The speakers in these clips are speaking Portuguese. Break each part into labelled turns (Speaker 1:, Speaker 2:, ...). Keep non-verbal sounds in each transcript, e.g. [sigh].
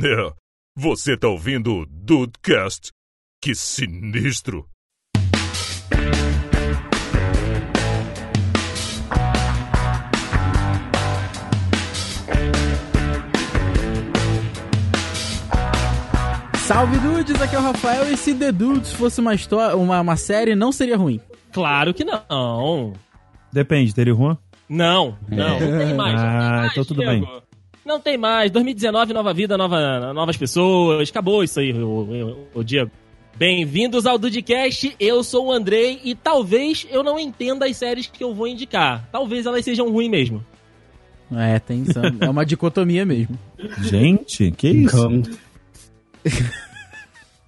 Speaker 1: É, você tá ouvindo o Dudecast? Que sinistro!
Speaker 2: Salve Dudes, aqui é o Rafael e se The Dudes fosse uma, história, uma, uma série, não seria ruim.
Speaker 3: Claro que não.
Speaker 4: Depende, teria Juan?
Speaker 3: Não, não, não tem mais. não tem
Speaker 4: [laughs] Ah,
Speaker 3: mais,
Speaker 4: então tudo
Speaker 3: Diego. Não tem mais. 2019, nova vida, nova, novas pessoas. Acabou isso aí, o, o, Diego. Bem-vindos ao Dudcast. Eu sou o Andrei e talvez eu não entenda as séries que eu vou indicar. Talvez elas sejam ruins mesmo.
Speaker 2: É, tem isso. É uma dicotomia
Speaker 4: [laughs]
Speaker 2: mesmo.
Speaker 4: Gente, que isso?
Speaker 5: Como? [laughs]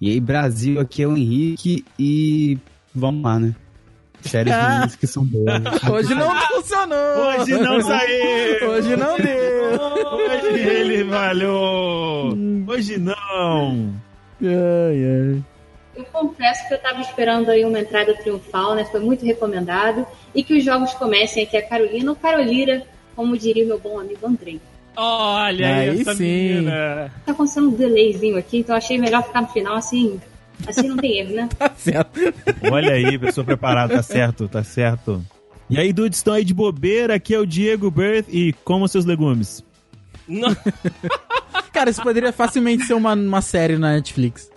Speaker 5: e aí, Brasil, aqui é o Henrique e vamos lá, né? Séries ruins que são boas.
Speaker 2: Hoje não [laughs] funcionou!
Speaker 4: Hoje não saiu!
Speaker 2: Hoje não deu! [laughs]
Speaker 4: Hoje ele valhou! Hoje não!
Speaker 2: É, Ai, ai.
Speaker 6: Eu confesso que eu estava esperando aí uma entrada triunfal, né? Foi muito recomendado. E que os jogos comecem aqui a Carolina ou Carolira, como diria meu bom amigo Andrei.
Speaker 3: Olha
Speaker 2: Aí
Speaker 3: essa
Speaker 2: sim.
Speaker 3: menina.
Speaker 6: Tá acontecendo um delayzinho aqui, então achei melhor ficar no final assim. Assim não tem erro, né?
Speaker 2: Tá certo.
Speaker 4: Olha aí, pessoa preparada, tá certo, tá certo. E aí, dudes, estão aí de bobeira? Aqui é o Diego Berth e como seus legumes.
Speaker 3: Não, com
Speaker 2: Cara, isso poderia facilmente ser uma, uma série na Netflix.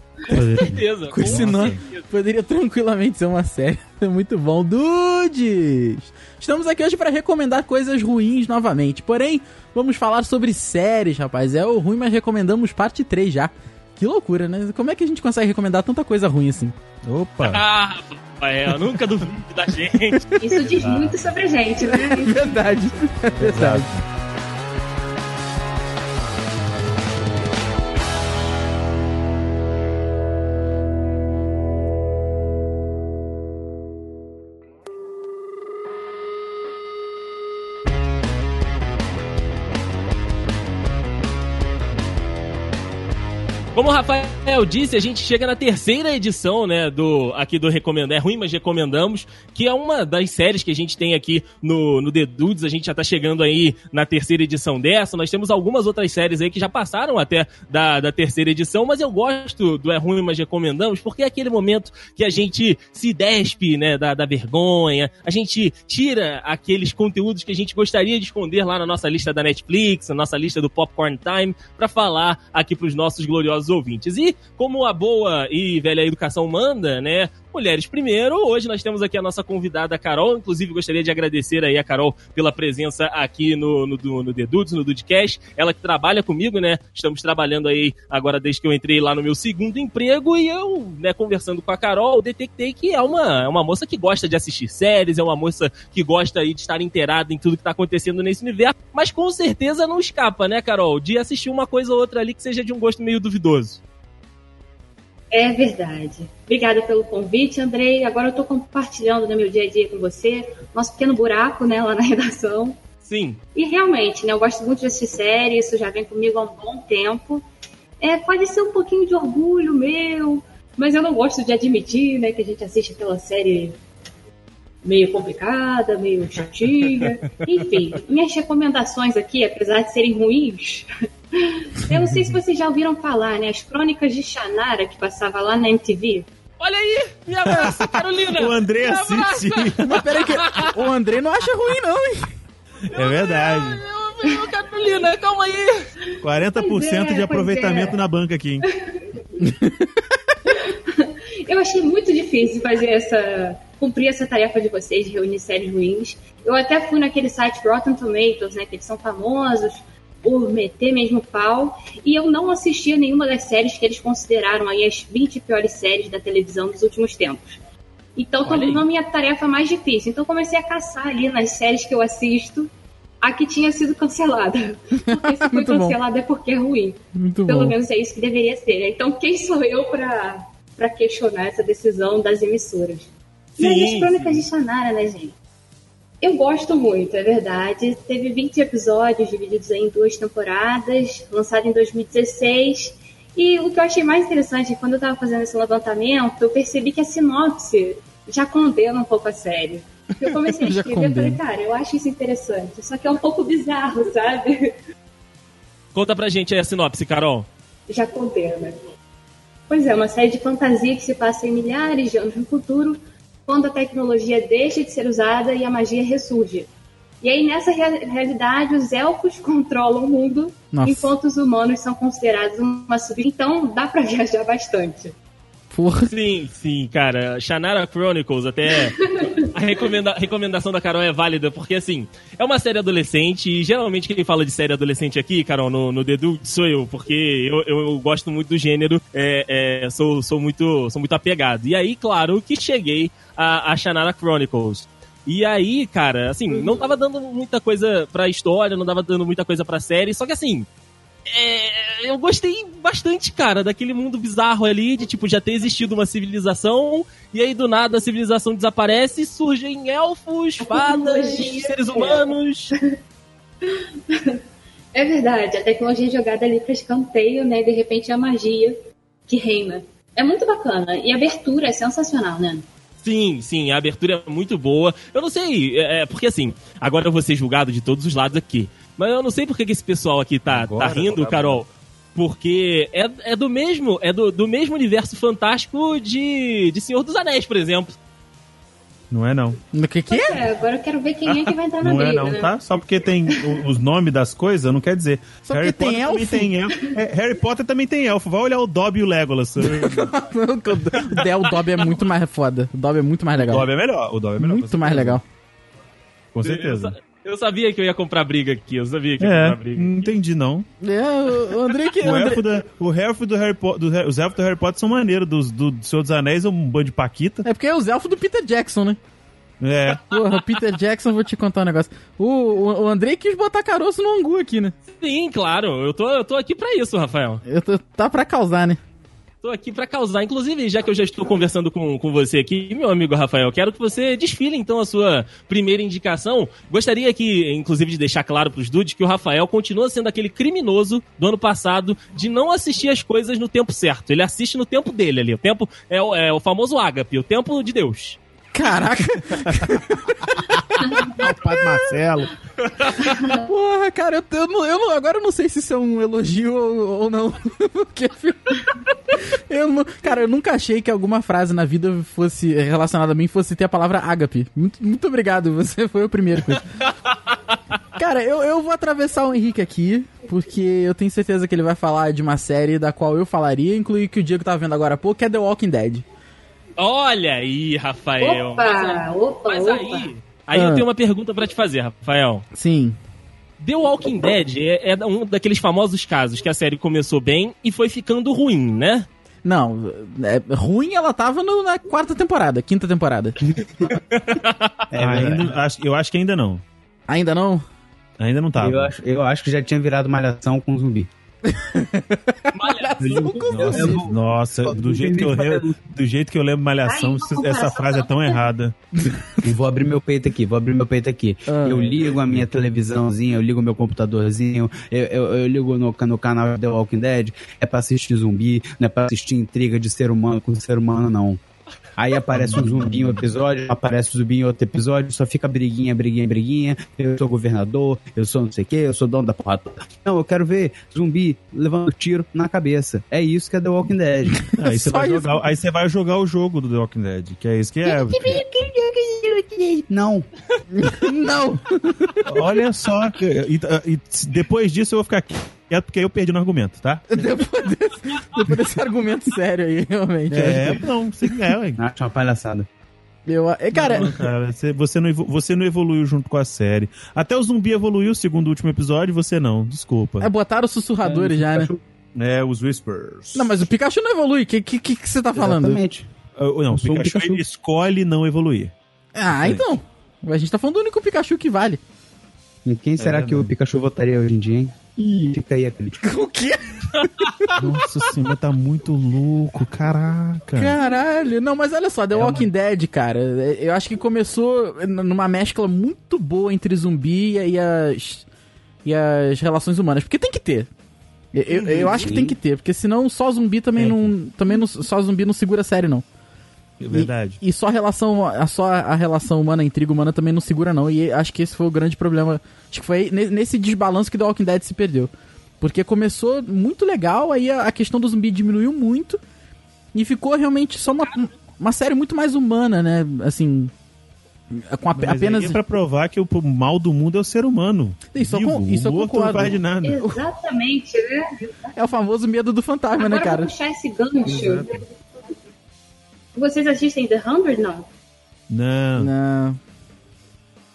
Speaker 3: certeza.
Speaker 2: Com esse nome. Poderia tranquilamente ser uma série. [laughs] É muito bom. Dudes! Estamos aqui hoje para recomendar coisas ruins novamente. Porém, vamos falar sobre séries, rapaz. É o ruim, mas recomendamos parte 3 já. Que loucura, né? Como é que a gente consegue recomendar tanta coisa ruim assim?
Speaker 4: Opa!
Speaker 3: Ah, Rafael, nunca duvide da gente.
Speaker 6: Isso diz muito sobre a gente, né?
Speaker 2: [laughs] Verdade. Verdade.
Speaker 3: Como o Rafael disse, a gente chega na terceira edição, né, do aqui do Recomendar. É ruim, mas recomendamos, que é uma das séries que a gente tem aqui no, no The Dudes. A gente já tá chegando aí na terceira edição dessa. Nós temos algumas outras séries aí que já passaram até da, da terceira edição, mas eu gosto do É Ruim, mas recomendamos, porque é aquele momento que a gente se despe, né, da, da vergonha, a gente tira aqueles conteúdos que a gente gostaria de esconder lá na nossa lista da Netflix, na nossa lista do Popcorn Time, para falar aqui para os nossos gloriosos ouvintes. E como a boa e velha educação manda, né? Mulheres primeiro, hoje nós temos aqui a nossa convidada Carol, inclusive gostaria de agradecer aí a Carol pela presença aqui no, no, do- no The Dudes, no Dudecast, ela que trabalha comigo, né, estamos trabalhando aí agora desde que eu entrei lá no meu segundo emprego e eu, né, conversando com a Carol, detectei que é uma, é uma moça que gosta de assistir séries, é uma moça que gosta aí de estar inteirada em tudo que tá acontecendo nesse universo, mas com certeza não escapa, né, Carol, de assistir uma coisa ou outra ali que seja de um gosto meio duvidoso.
Speaker 6: É verdade. Obrigada pelo convite, Andrei. Agora eu tô compartilhando no meu dia a dia com você nosso pequeno buraco, né, lá na redação.
Speaker 3: Sim.
Speaker 6: E realmente, né, eu gosto muito de assistir série, isso já vem comigo há um bom tempo. É, pode ser um pouquinho de orgulho meu, mas eu não gosto de admitir, né, que a gente assiste aquela série meio complicada, meio chatinha. Enfim, minhas recomendações aqui, apesar de serem ruins, [laughs] eu não sei se vocês já ouviram falar, né, as crônicas de Shannara que passava lá na MTV.
Speaker 3: Olha aí, me abraça, Carolina!
Speaker 4: O André assiste!
Speaker 2: Mas peraí que o André não acha ruim, não, hein?
Speaker 4: É verdade.
Speaker 3: Ô, Carolina, calma aí!
Speaker 4: 40%
Speaker 6: Pois
Speaker 4: de
Speaker 6: é,
Speaker 4: aproveitamento
Speaker 6: pois é.
Speaker 4: na banca aqui, hein?
Speaker 6: Eu achei muito difícil fazer essa. cumprir essa tarefa de vocês de reunir séries ruins. Eu até fui naquele site Rotten Tomatoes, né? Que eles são famosos por meter mesmo pau. E eu não assisti a nenhuma das séries que eles consideraram aí as 20 piores séries da televisão dos últimos tempos. Então
Speaker 3: Olha aí.
Speaker 6: tornou a minha tarefa mais difícil. Então eu comecei a caçar ali nas séries que eu assisto a que tinha sido cancelada. [laughs] Porque se foi
Speaker 2: Muito bom.
Speaker 6: cancelada é porque é ruim.
Speaker 2: Muito
Speaker 6: Pelo
Speaker 2: bom.
Speaker 6: menos é isso que deveria ser. né? Então, quem sou eu pra pra questionar essa decisão das emissoras? Mas
Speaker 3: Sim,
Speaker 6: as crônicas de Shannara, né, gente? Eu gosto muito, é verdade. Teve 20 episódios divididos aí em duas temporadas, lançado em 2016. E o que eu achei mais interessante, é que quando eu tava fazendo esse levantamento, eu percebi que a sinopse já condena um pouco a série. Eu comecei a
Speaker 2: [laughs] Já
Speaker 6: escrever e falei,
Speaker 2: condena.
Speaker 6: cara, eu acho isso interessante. Só que é um pouco bizarro, sabe?
Speaker 3: Conta pra gente aí a sinopse, Carol.
Speaker 6: já condena. Pois é, uma série de fantasia que se passa em milhares de anos no futuro, quando a tecnologia deixa de ser usada e a magia ressurge. E aí, nessa rea- realidade, os elfos [laughs] controlam o mundo,
Speaker 2: Nossa.
Speaker 6: enquanto os humanos são considerados uma sub. Então, dá pra [laughs] viajar bastante.
Speaker 2: Porra.
Speaker 3: Sim, sim, cara. Shannara Chronicles, [laughs] até a recomenda- recomendação da Carol é válida, porque assim, é uma série adolescente, e geralmente quem fala de série adolescente aqui, Carol, no, no Dedu, sou eu, porque eu, eu gosto muito do gênero, é, é, sou, sou, muito, sou muito apegado. E aí, claro, que cheguei a, a Shannara Chronicles. E aí, cara, assim, não tava dando muita coisa pra história, não tava dando muita coisa pra série, só que assim, é, eu gostei bastante, cara, daquele mundo bizarro ali, de tipo, já ter existido uma civilização, e aí do nada a civilização desaparece e surgem elfos, fadas,
Speaker 6: Tecnologia.
Speaker 3: seres humanos.
Speaker 6: É verdade, a tecnologia é jogada ali para escanteio, né? E de repente é a magia que reina. É muito bacana. E a abertura é sensacional, né?
Speaker 3: Sim, sim, a abertura é muito boa. Eu não sei, é, é, porque assim, agora eu vou ser julgado de todos os lados aqui. Mas eu não sei porque que esse pessoal aqui tá, tá
Speaker 7: Agora,
Speaker 3: rindo,
Speaker 7: tá bom.
Speaker 3: Carol. Porque é, é do mesmo é do, do mesmo universo fantástico de, de Senhor dos Anéis, por exemplo.
Speaker 4: Não é, não.
Speaker 2: O que que é? [laughs]
Speaker 6: É, agora eu quero ver quem é que vai entrar na
Speaker 4: Não
Speaker 6: briga,
Speaker 4: é, não,
Speaker 6: né?
Speaker 4: tá? Só porque tem o- os nomes das coisas, não quer dizer.
Speaker 2: Só porque tem
Speaker 4: também
Speaker 2: elfo?
Speaker 4: tem elfo. É, Harry Potter também tem elfo. Vai olhar o Dobby e o Legolas. o
Speaker 2: O Del Dobby é muito mais foda. O Dobby é muito mais legal.
Speaker 4: Dobby é melhor. O Dobby é melhor.
Speaker 2: muito mais legal.
Speaker 4: Com
Speaker 3: Eu,
Speaker 4: certeza.
Speaker 3: sa- eu sabia que eu ia comprar briga aqui, eu sabia que eu ia
Speaker 4: É,
Speaker 3: comprar briga.
Speaker 4: não entendi, não.
Speaker 2: É, o- o André que.
Speaker 4: O
Speaker 2: André-
Speaker 4: elfo, da, o elfo do Harry Potter. do- os elfos do Harry Potter são maneiros. Dos, do, do Senhor dos Anéis é um bando de Paquita.
Speaker 2: É porque é os elfos do Peter Jackson, né?
Speaker 4: É.
Speaker 2: Porra, o Peter Jackson, vou te contar um negócio. O, o, o Andrei quis botar caroço no angu aqui, né?
Speaker 3: Sim, claro, eu tô, eu tô aqui pra isso, Rafael.
Speaker 2: Eu tô- tá pra causar, né?
Speaker 3: Tô aqui pra causar. Inclusive, já que eu já estou conversando com, com você aqui, meu amigo Rafael, quero que você desfile então a sua primeira indicação. Gostaria que, inclusive, de deixar claro pros dudes que o Rafael continua sendo aquele criminoso do ano passado de não assistir as coisas no tempo certo. Ele assiste no tempo dele ali. O tempo é, o- é o famoso ágape, o tempo de Deus.
Speaker 2: Caraca!
Speaker 5: Padre Marcelo.
Speaker 2: Porra, cara, eu, tô- eu, não- eu não- agora eu não sei se isso é um elogio ou, ou não. [laughs] Porque eu não- cara, eu nunca achei que alguma frase na vida fosse relacionada a mim fosse ter a palavra ágape. Muito, muito obrigado, você foi o primeiro. com isso. Cara, eu, eu vou atravessar o Henrique aqui, porque eu tenho certeza que ele vai falar de uma série da qual eu falaria, incluir que o Diego tava vendo agora há pouco, que é The Walking Dead.
Speaker 3: Olha aí, Rafael.
Speaker 6: Opa, opa,
Speaker 3: Mas
Speaker 6: opa.
Speaker 3: aí, aí
Speaker 2: Ah.
Speaker 3: eu tenho uma pergunta pra te fazer, Rafael.
Speaker 2: Sim.
Speaker 3: The Walking Dead é, é um daqueles famosos casos que a série começou bem e foi ficando ruim, né?
Speaker 2: Não, é, ruim ela tava no- na quarta temporada, quinta temporada.
Speaker 4: ainda, acho- eu acho que ainda não.
Speaker 2: Ainda não?
Speaker 4: Ainda não tava.
Speaker 5: Eu acho, eu acho que já tinha virado malhação com zumbi.
Speaker 4: Nossa, nossa, do jeito que eu lembro, do jeito que eu lembro malhação,
Speaker 6: Ai, uma comparação
Speaker 4: essa frase é tão errada.
Speaker 5: Eu vou abrir meu peito aqui, vou abrir meu peito aqui.
Speaker 2: Ah.
Speaker 5: eu ligo a minha televisãozinha, eu ligo meu computadorzinho, eu, eu- eu ligo no, ca- no canal The Walking Dead. É pra assistir zumbi, não é pra assistir intriga de ser humano com ser humano, não. Aí aparece um zumbi em um episódio, aparece um zumbi em outro episódio, só fica briguinha, briguinha, briguinha. Eu sou governador, eu sou não sei o que, eu sou dono da porra toda. Não, eu quero ver zumbi levando tiro na cabeça. É isso que é The Walking Dead.
Speaker 4: Aí você,
Speaker 2: É Só
Speaker 4: vai
Speaker 2: isso.
Speaker 4: jogar, aí você vai jogar o jogo do The Walking Dead, que é isso
Speaker 2: [laughs]
Speaker 4: que é.
Speaker 5: Não.
Speaker 2: Não!
Speaker 4: Olha só, que- e, e depois disso eu vou ficar quieto porque aí eu perdi no argumento, tá?
Speaker 2: Depois desse, depois desse argumento sério aí, realmente.
Speaker 4: É, não, você é, ué.
Speaker 5: Acho uma palhaçada.
Speaker 2: Eu, é, cara,
Speaker 4: Não, cara, você, você não, evo- você não evoluiu junto com a série. Até o zumbi evoluiu, segundo o último episódio, e você não,
Speaker 2: é,
Speaker 4: desculpa.
Speaker 2: botaram os sussurradores já, né?
Speaker 4: É, os Whispers.
Speaker 2: Não, mas o Pikachu não evolui. O que, que, que que você tá falando?
Speaker 5: Exatamente.
Speaker 4: Ah, não, o
Speaker 5: sou um
Speaker 4: Pikachu,
Speaker 5: Pikachu.
Speaker 4: ele escolhe não evoluir. É.
Speaker 2: Ah, então. A gente tá falando do único Pikachu que vale.
Speaker 5: Em quem será que o Pikachu votaria hoje em dia, hein? Fica aí a crítica.
Speaker 2: O quê?
Speaker 4: Nossa senhora, tá muito louco, caraca.
Speaker 2: Caralho. Não, mas olha
Speaker 4: É
Speaker 2: só, The Walking Dead, cara. é- Eu acho que começou n- numa mescla muito boa entre zumbi e as, e as relações humanas. Porque tem que ter. Eu, eu- eu acho que tem que ter, porque senão só zumbi também
Speaker 4: Uhum. É.
Speaker 2: não. Também não, só zumbi não segura sério, não.
Speaker 4: É verdade.
Speaker 2: E só a relação, a, só a relação humana, a intriga humana também não segura, não. E acho que esse foi o grande problema. Acho que foi ne- nesse desbalanço que The Walking Dead se perdeu. Porque começou muito legal, aí a a questão do zumbi diminuiu muito e ficou realmente só uma, uma série muito mais humana, né? Assim, com ape-
Speaker 4: Mas apenas
Speaker 2: apenas...
Speaker 4: é pra provar que o mal do mundo é o ser humano.
Speaker 2: Isso eu
Speaker 4: Vivo,
Speaker 2: con- isso eu
Speaker 4: o morto
Speaker 2: concordo.
Speaker 4: não faz de nada.
Speaker 6: Exatamente, né?
Speaker 2: É o famoso medo do fantasma,
Speaker 6: Agora
Speaker 2: né, cara?
Speaker 6: eu vou puxar esse gancho. Vocês assistem The 100? Não.
Speaker 4: Não.
Speaker 2: Não.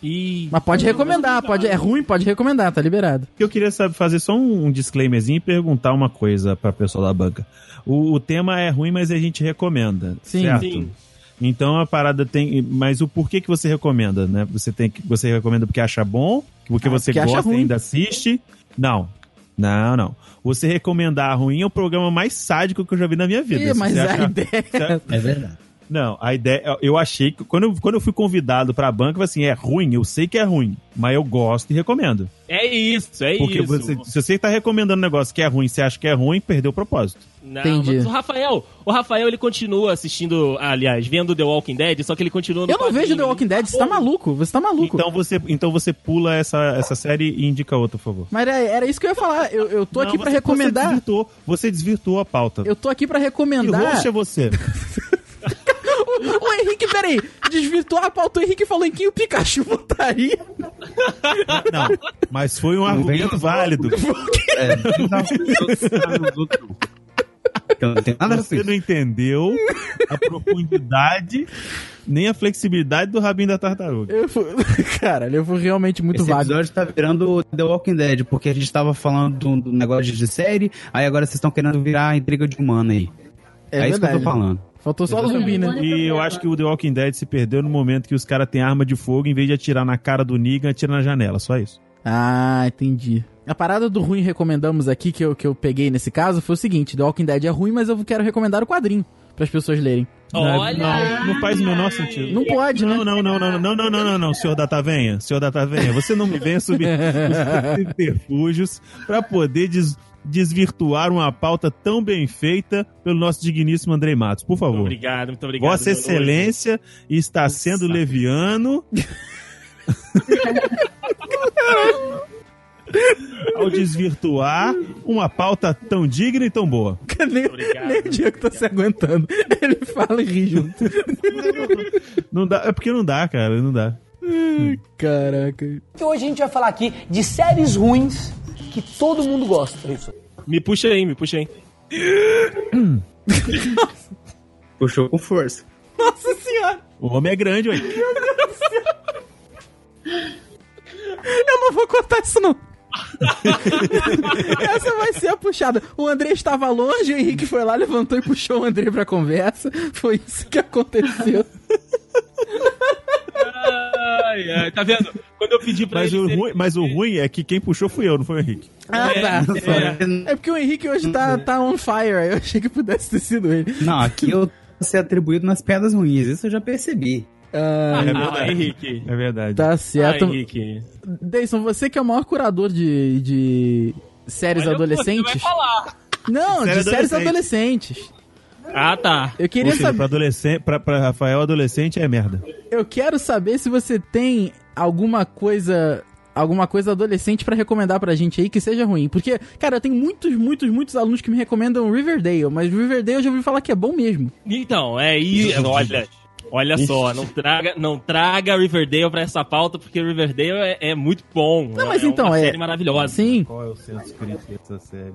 Speaker 3: E...
Speaker 2: Mas pode recomendar, pode, é ruim, pode recomendar, tá liberado.
Speaker 4: Eu queria sabe, fazer só um, um disclaimerzinho e perguntar uma coisa pra pessoa da banca. O, o tema é ruim, mas a gente recomenda.
Speaker 2: Sim.
Speaker 4: certo?
Speaker 3: Sim.
Speaker 4: Então a parada tem. Mas o porquê que você recomenda, né? Você tem que. Você recomenda porque acha bom, porque
Speaker 2: Ah,
Speaker 4: você
Speaker 2: porque acha
Speaker 4: gosta e
Speaker 2: ruim.
Speaker 4: ainda assiste. Não. Não, não. Você recomendar ruim é o programa mais sádico que eu já vi na minha vida.
Speaker 2: Ih,
Speaker 4: Se
Speaker 2: mas
Speaker 4: você
Speaker 2: a
Speaker 4: achar-
Speaker 2: ideia...
Speaker 5: É verdade.
Speaker 4: Não, a ideia. eu- Eu achei que. Quando eu, quando eu fui convidado pra banca, eu falei assim: é ruim, eu sei que é ruim, mas eu gosto e recomendo.
Speaker 3: É isso, é
Speaker 4: Porque
Speaker 3: isso.
Speaker 4: você- se você tá recomendando um negócio que é ruim, você acha que é ruim, perdeu o propósito.
Speaker 3: Não,
Speaker 2: Entendi.
Speaker 3: mas o Rafael, o Rafael ele continua assistindo, ah, aliás, vendo The Walking Dead, só que ele continua no um.
Speaker 2: Eu não vejo The Walking Dead, você tá maluco, você tá maluco.
Speaker 4: Então você, então você pula essa, essa série e indica outra, por favor.
Speaker 2: Mas era, era isso que eu ia falar, eu, eu tô
Speaker 4: Não,
Speaker 2: aqui pra
Speaker 4: você- Você
Speaker 2: recomendar...
Speaker 4: desvirtuou, você desvirtuou a pauta.
Speaker 2: Eu tô aqui pra
Speaker 4: que
Speaker 2: recomendar...
Speaker 4: roxo é você?
Speaker 2: [laughs] O, o Henrique, peraí, desvirtuou a pauta, o Henrique falou em que o Pikachu [laughs] votaria.
Speaker 4: [laughs] Não, mas foi um argumento válido.
Speaker 5: [laughs] É. Eu Então, não tenho nada a ver com
Speaker 4: Você
Speaker 5: isso.
Speaker 4: não entendeu a profundidade nem a flexibilidade do rabinho da tartaruga.
Speaker 2: Eu fui... [laughs] Caralho, eu fui realmente é muito
Speaker 5: Esse
Speaker 2: vago.
Speaker 5: episódio tá virando The Walking Dead, porque a gente tava falando do, do negócio de série, aí agora vocês estão querendo virar a intriga de humano aí.
Speaker 2: É,
Speaker 5: É, isso que eu
Speaker 2: verdade.
Speaker 5: tô falando.
Speaker 2: Faltou só o zumbi, né?
Speaker 4: E eu acho que o The Walking Dead se perdeu no momento que os caras têm arma de fogo, em vez de atirar na cara do Negan, atira na janela, só isso.
Speaker 2: Ah, entendi. A parada do ruim recomendamos aqui, que eu, que eu peguei nesse caso, foi o seguinte: The Walking Dead é ruim, mas eu quero recomendar o quadrinho para as pessoas lerem.
Speaker 3: Olha!
Speaker 4: Não, não faz o menor sentido.
Speaker 2: Não pode, né? [laughs]
Speaker 4: Não, não, não, não, não, não, não, não, não, senhor da Tavenha, senhor da Tavenha, você não me venha
Speaker 2: [laughs]
Speaker 4: subir os subterfúgios pra poder des- desvirtuar uma pauta tão bem feita pelo nosso digníssimo Andrei Matos, por
Speaker 3: Muito
Speaker 4: favor.
Speaker 3: obrigado, muito obrigado.
Speaker 4: Vossa
Speaker 3: meu noivo.
Speaker 4: Excelência está sendo [laughs] leviano. Ao desvirtuar uma pauta tão digna e tão boa.
Speaker 2: nem,
Speaker 3: Obrigado.
Speaker 2: nem o Diego tá se aguentando. Ele fala e ri junto.
Speaker 4: Não dá, é porque não dá, cara, não dá.
Speaker 2: Caraca.
Speaker 7: que hoje a gente vai falar aqui de séries ruins que todo mundo gosta.
Speaker 3: Me puxa aí, me puxa aí.
Speaker 5: Puxou com força.
Speaker 2: Nossa senhora!
Speaker 4: O homem é grande, ué.
Speaker 2: Eu não vou cortar isso,
Speaker 3: [laughs]
Speaker 2: não. Essa vai ser a puxada. O André estava longe, o Henrique foi lá, levantou e puxou o André pra conversa. Foi isso que aconteceu.
Speaker 3: Ai, ai, tá vendo? Quando eu pedi pra
Speaker 4: Mas
Speaker 3: ele...
Speaker 4: o,
Speaker 3: se ele-
Speaker 4: ruim, mas o ruim é que quem puxou fui eu, não foi o Henrique.
Speaker 2: Ah, tá.
Speaker 5: [laughs] Fora-
Speaker 2: É porque o Henrique hoje tá,
Speaker 3: Uhum.
Speaker 2: tá on fire. Eu achei que pudesse ter sido ele.
Speaker 5: Não, aqui eu vou ser atribuído nas pedras ruins, isso eu já percebi.
Speaker 2: Ah,
Speaker 3: Ah, Henrique.
Speaker 4: É verdade.
Speaker 2: tá certo.
Speaker 3: Ah, Henrique.
Speaker 2: Deison, você que é o maior curador de, de séries
Speaker 3: Olha o que Você vai
Speaker 2: adolescentes.
Speaker 3: falar.
Speaker 2: Não,
Speaker 4: Série
Speaker 2: de séries
Speaker 4: adolescente.
Speaker 2: adolescentes.
Speaker 3: Ah, tá.
Speaker 2: Eu
Speaker 4: Ou
Speaker 2: queria
Speaker 4: seja, pra,
Speaker 2: saber.
Speaker 4: adolescente, pra, pra Rafael, adolescente é merda.
Speaker 2: Eu quero saber se você tem alguma coisa. Alguma coisa adolescente pra recomendar pra gente aí que seja ruim. Porque, cara, eu tenho muitos, muitos, muitos alunos que me recomendam Riverdale, mas Riverdale eu já ouvi falar que é bom mesmo.
Speaker 3: Então,
Speaker 2: [laughs]
Speaker 3: é isso. Olha, olha só, não traga, não traga Riverdale pra essa pauta, porque Riverdale é, é muito bom.
Speaker 2: Não, mas
Speaker 3: é
Speaker 2: então,
Speaker 3: uma
Speaker 2: é-
Speaker 3: série maravilhosa.
Speaker 2: Sim.
Speaker 4: Qual é o senso crítico dessa série?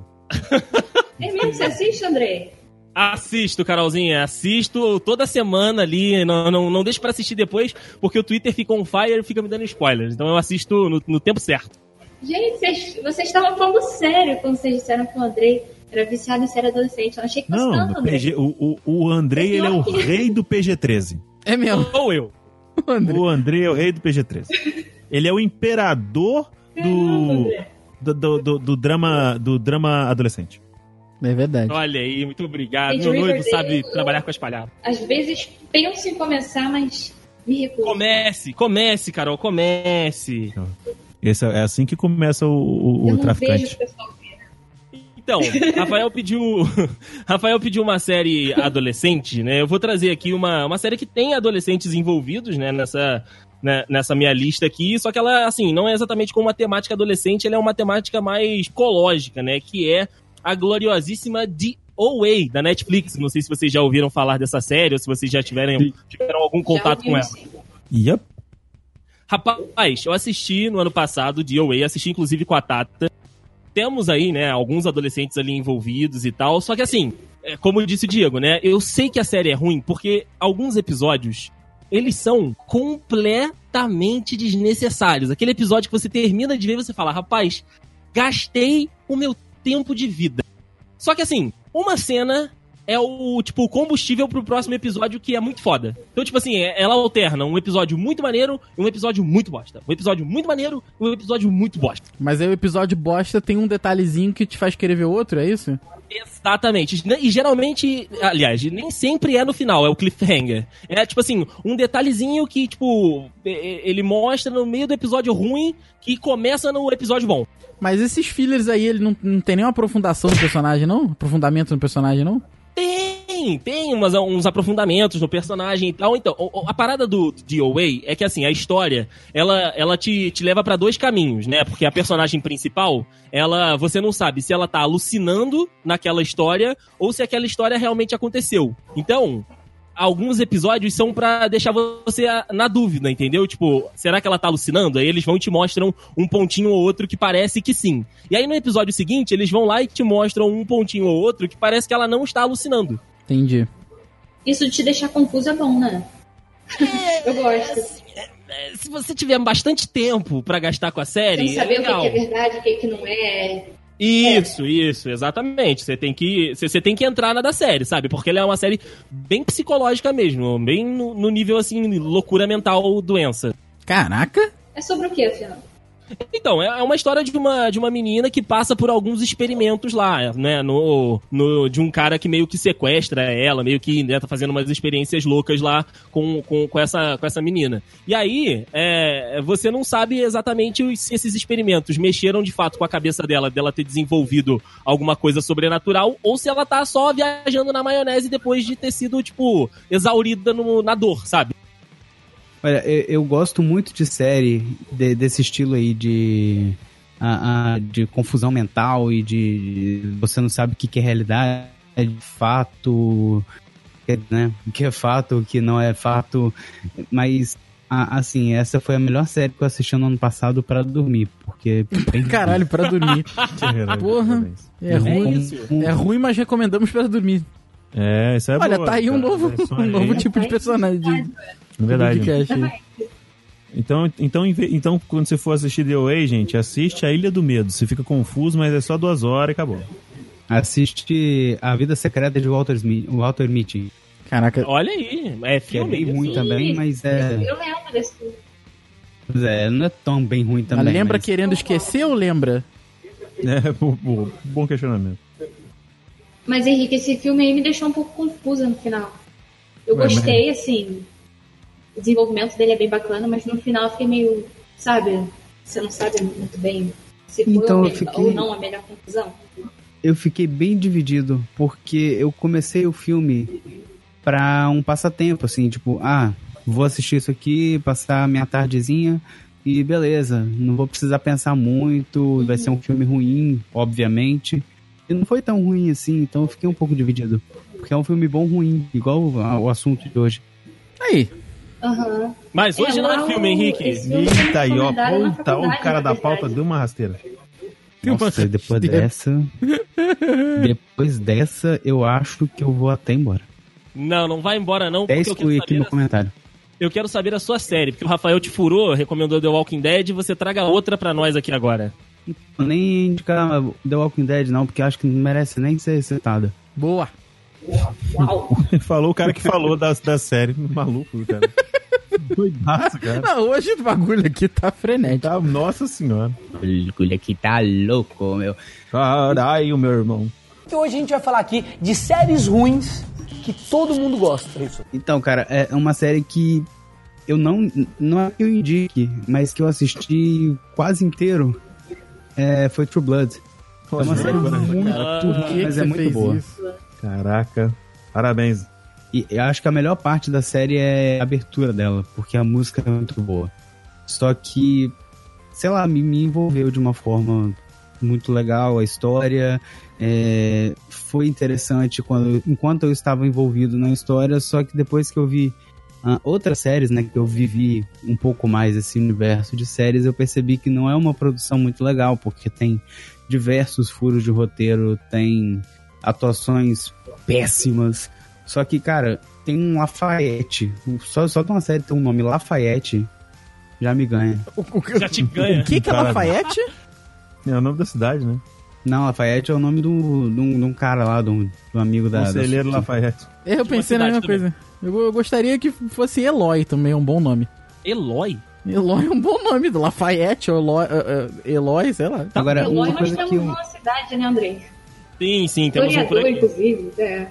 Speaker 6: É mesmo? Você assiste, André?
Speaker 3: Assisto, Carolzinha, assisto toda semana ali, não, não, não deixo pra assistir depois, porque o Twitter fica on fire e fica me dando spoilers. Então eu assisto no, no tempo certo.
Speaker 6: Gente, vocês, vocês estavam falando sério quando vocês disseram que o Andrei era viciado em série adolescente. Eu achei que fosse
Speaker 4: Não,
Speaker 6: tanto,
Speaker 4: no
Speaker 6: André.
Speaker 4: PG, o, o, o Andrei ele é o rei do PG-13.
Speaker 2: É
Speaker 3: [laughs]
Speaker 2: mesmo,
Speaker 3: Ou eu.
Speaker 2: André.
Speaker 4: O Andrei é o rei do PG-13. Ele é o imperador do, do, do, do- do drama, do drama adolescente.
Speaker 2: É verdade.
Speaker 3: Olha aí, muito obrigado.
Speaker 6: Gente,
Speaker 3: Meu noivo
Speaker 6: Riverdale-
Speaker 3: sabe trabalhar com as palhaças.
Speaker 6: Às vezes penso em começar, mas me recuso.
Speaker 3: Comece, comece, Carol, comece.
Speaker 4: Esse é é assim que começa o, o- o
Speaker 6: eu não vejo
Speaker 4: traficante.
Speaker 6: o pessoal ver.
Speaker 3: Então, Rafael pediu, [laughs] Rafael pediu uma série adolescente, né? Eu vou trazer aqui uma, uma série que tem adolescentes envolvidos, né? Nessa, né, nessa minha lista aqui, só que ela, assim, não é exatamente com uma temática adolescente, ela é uma temática mais ecológica, né? Que é a gloriosíssima The Away, da Netflix. Não sei se vocês já ouviram falar dessa série ou se vocês já tiverem, tiveram algum contato com ela.
Speaker 4: Yep.
Speaker 3: Rapaz, eu assisti no ano passado de Away, assisti inclusive com a Tata. Temos aí, né, alguns adolescentes ali envolvidos e tal, só que assim, é, como disse o Diego, né, eu sei que a série é ruim porque alguns episódios eles são completamente desnecessários. Aquele episódio que você termina de ver e você fala, rapaz, gastei o meu tempo de vida. Só que assim, uma cena é o tipo o combustível pro próximo episódio que é muito foda. Então, tipo assim, é- ela alterna um episódio muito maneiro e um episódio muito bosta. Um episódio muito maneiro e um episódio muito bosta.
Speaker 2: Mas aí o episódio bosta tem um detalhezinho que te faz querer ver outro, é isso?
Speaker 3: Exatamente. E geralmente, aliás, nem sempre é no final, é o cliffhanger. É tipo assim, um detalhezinho que, tipo, e- e- ele mostra no meio do episódio ruim que começa no episódio bom.
Speaker 2: Mas esses fillers aí, ele não, não tem nenhuma aprofundação no personagem, não? Aprofundamento no personagem, não?
Speaker 3: Tem, tem umas- uns aprofundamentos no personagem e tal. Então, o- o- a parada do DOA é que, assim, a história, ela, ela te, te leva pra dois caminhos, né? Porque a personagem principal, ela, você não sabe se ela tá alucinando naquela história ou se aquela história realmente aconteceu. Então, alguns episódios são pra deixar você a- na dúvida, entendeu? Tipo, será que ela tá alucinando? Aí eles vão e te mostram um pontinho ou outro que parece que sim. E aí no episódio seguinte, eles vão lá e te mostram um pontinho ou outro que parece que ela não está alucinando.
Speaker 2: Entendi.
Speaker 6: Isso de te deixar confuso é bom, né? Eu gosto.
Speaker 3: É, Se você tiver bastante tempo pra gastar com a série,
Speaker 6: Sem saber
Speaker 3: é
Speaker 6: o que
Speaker 3: legal.
Speaker 6: que é verdade, o que que não é.
Speaker 3: Isso, isso, exatamente. Você tem que, você você tem que entrar na da série, sabe? Porque ela é uma série bem psicológica mesmo, bem no, no nível assim loucura mental ou doença.
Speaker 2: Caraca!
Speaker 6: É sobre o que, afinal?
Speaker 3: Então, é é uma história de uma, de uma menina que passa por alguns experimentos lá, né? No, no, de um cara que meio que sequestra ela, meio que né, tá fazendo umas experiências loucas lá com, com, com, essa, com essa menina. E aí, é, você não sabe exatamente os- se esses experimentos mexeram de fato com a cabeça dela, dela ter desenvolvido alguma coisa sobrenatural, ou se ela tá só viajando na maionese depois de ter sido, tipo, exaurida no, na dor, sabe?
Speaker 5: Olha, eu, eu gosto muito de série de- desse estilo aí de. a- a- de confusão mental e de. você não sabe o que, que é realidade, de fato. é, Né? O que é fato, o que não é fato. Mas, a- assim, essa foi a melhor série que eu assisti no ano passado pra dormir, porque.
Speaker 2: Caralho, pra dormir. [laughs] Porra. É
Speaker 5: um,
Speaker 2: ruim. É ruim, mas recomendamos pra dormir.
Speaker 4: É, isso é
Speaker 2: Olha,
Speaker 4: boa,
Speaker 2: tá aí um
Speaker 4: cara.
Speaker 2: novo,
Speaker 4: É isso
Speaker 2: [laughs] um
Speaker 4: aí.
Speaker 2: novo tipo de personagem de, de
Speaker 4: Na verdade.
Speaker 2: podcast.
Speaker 4: Então, então, em ve- então, quando você for assistir The Way, gente, assiste A Ilha do Medo. Você fica confuso, mas é só duas horas e acabou. [laughs]
Speaker 5: Assiste A Vida Secreta de Walter, Smith, Walter Mitty.
Speaker 2: Caraca,
Speaker 3: Olha aí, é
Speaker 5: Que é
Speaker 3: filme.
Speaker 5: bem
Speaker 3: isso.
Speaker 5: ruim também, mas é,
Speaker 6: Eu lembro desse filme.
Speaker 5: é, Não é tão bem ruim também.
Speaker 2: lembra
Speaker 5: mas-
Speaker 2: querendo esquecer ou lembra?
Speaker 4: É, bo- bo- bom questionamento.
Speaker 6: Mas, Henrique, esse filme aí me deixou um pouco confusa no final. Eu
Speaker 4: Ué, mas-
Speaker 6: gostei, assim. O desenvolvimento dele é bem bacana, mas no final eu fiquei meio. Sabe? Você não sabe muito bem se foi
Speaker 5: Então,
Speaker 6: ou,
Speaker 5: eu
Speaker 6: me-
Speaker 5: fiquei-
Speaker 6: ou não a melhor conclusão.
Speaker 5: eu fiquei bem dividido, porque eu comecei o filme pra um passatempo, assim, tipo, ah, vou assistir isso aqui, passar a minha tardezinha e beleza, não vou precisar pensar muito, vai ser um filme ruim, obviamente. E não foi tão ruim assim, então eu fiquei um pouco dividido. Porque é um filme bom ruim, igual a- o assunto de hoje.
Speaker 2: Aí,
Speaker 6: Aham.
Speaker 3: Mas hoje
Speaker 6: É,
Speaker 3: não
Speaker 6: lá
Speaker 3: é filme,
Speaker 6: o-
Speaker 3: Henrique.
Speaker 6: esse filme foi
Speaker 4: Eita, aí, ó,
Speaker 6: recomendado na
Speaker 4: puta, o
Speaker 6: faculdade,
Speaker 4: cara
Speaker 6: na
Speaker 4: da
Speaker 6: verdade.
Speaker 4: pauta deu uma rasteira.
Speaker 5: Nossa, depois dessa. Depois dessa, eu acho que eu vou até embora.
Speaker 3: Não, não vai embora não,
Speaker 5: Até
Speaker 3: porque eu quero,
Speaker 5: excluir aqui
Speaker 3: saber
Speaker 5: no
Speaker 3: a-
Speaker 5: comentário.
Speaker 3: eu quero saber a sua série, porque o Rafael te furou, recomendou The Walking Dead, você traga outra pra nós aqui agora.
Speaker 5: Eu nem indicar The Walking Dead, não, porque acho que não merece nem ser citada.
Speaker 2: boa.
Speaker 4: [laughs] Falou o cara que falou da, da série. Maluco, cara. Doidaço, cara.
Speaker 2: É. Não, hoje o bagulho aqui tá frenético.
Speaker 4: Tá, nossa senhora.
Speaker 5: Olha que tá louco, meu.
Speaker 4: Caralho, meu irmão.
Speaker 7: Que hoje a gente vai falar aqui de séries ruins que todo mundo gosta.
Speaker 5: Então, cara, é uma série que eu não. Não é que eu indique, mas que eu assisti quase inteiro. É, foi True Blood.
Speaker 4: Tá
Speaker 5: É uma série muito ruim, mas é muito boa.
Speaker 2: isso?
Speaker 4: Caraca. Parabéns.
Speaker 5: E eu acho que a melhor parte da série é a abertura dela, porque a música é muito boa. Só que, sei lá, me, me envolveu de uma forma muito legal a história. é, foi interessante quando, enquanto eu estava envolvido na história, só que depois que eu vi ah, outras séries, né, que eu vivi um pouco mais esse universo de séries, eu percebi que não é uma produção muito legal, porque tem diversos furos de roteiro, tem atuações péssimas. Só que, cara, tem um Lafayette. Só, só de uma série tem um nome Lafayette, já me ganha.
Speaker 3: Já te ganha.
Speaker 2: O que, que é
Speaker 4: Cara,
Speaker 2: Lafayette?
Speaker 4: É o nome da cidade, né?
Speaker 5: Não, Lafayette é o nome do, de, um, de um cara lá, de um, de um amigo da.
Speaker 4: Conselheiro
Speaker 5: da...
Speaker 4: Lafayette.
Speaker 2: É, Eu pensei na mesma
Speaker 3: cidade
Speaker 2: coisa. Eu, eu gostaria que fosse Eloy também, é um bom nome.
Speaker 3: [laughs] Eloy?
Speaker 2: Eloy é um bom nome, do Lafayette, ou Eloy, eh, eh, Eloy, sei lá.
Speaker 5: Agora,
Speaker 6: Eloy,
Speaker 5: É, uma
Speaker 6: nós
Speaker 5: coisa
Speaker 6: temos
Speaker 5: que. eu-
Speaker 6: tá uma cidade, né, Andrei?
Speaker 3: Sim, sim, temos um por
Speaker 6: Historiador,
Speaker 3: aqui.
Speaker 6: inclusive. É.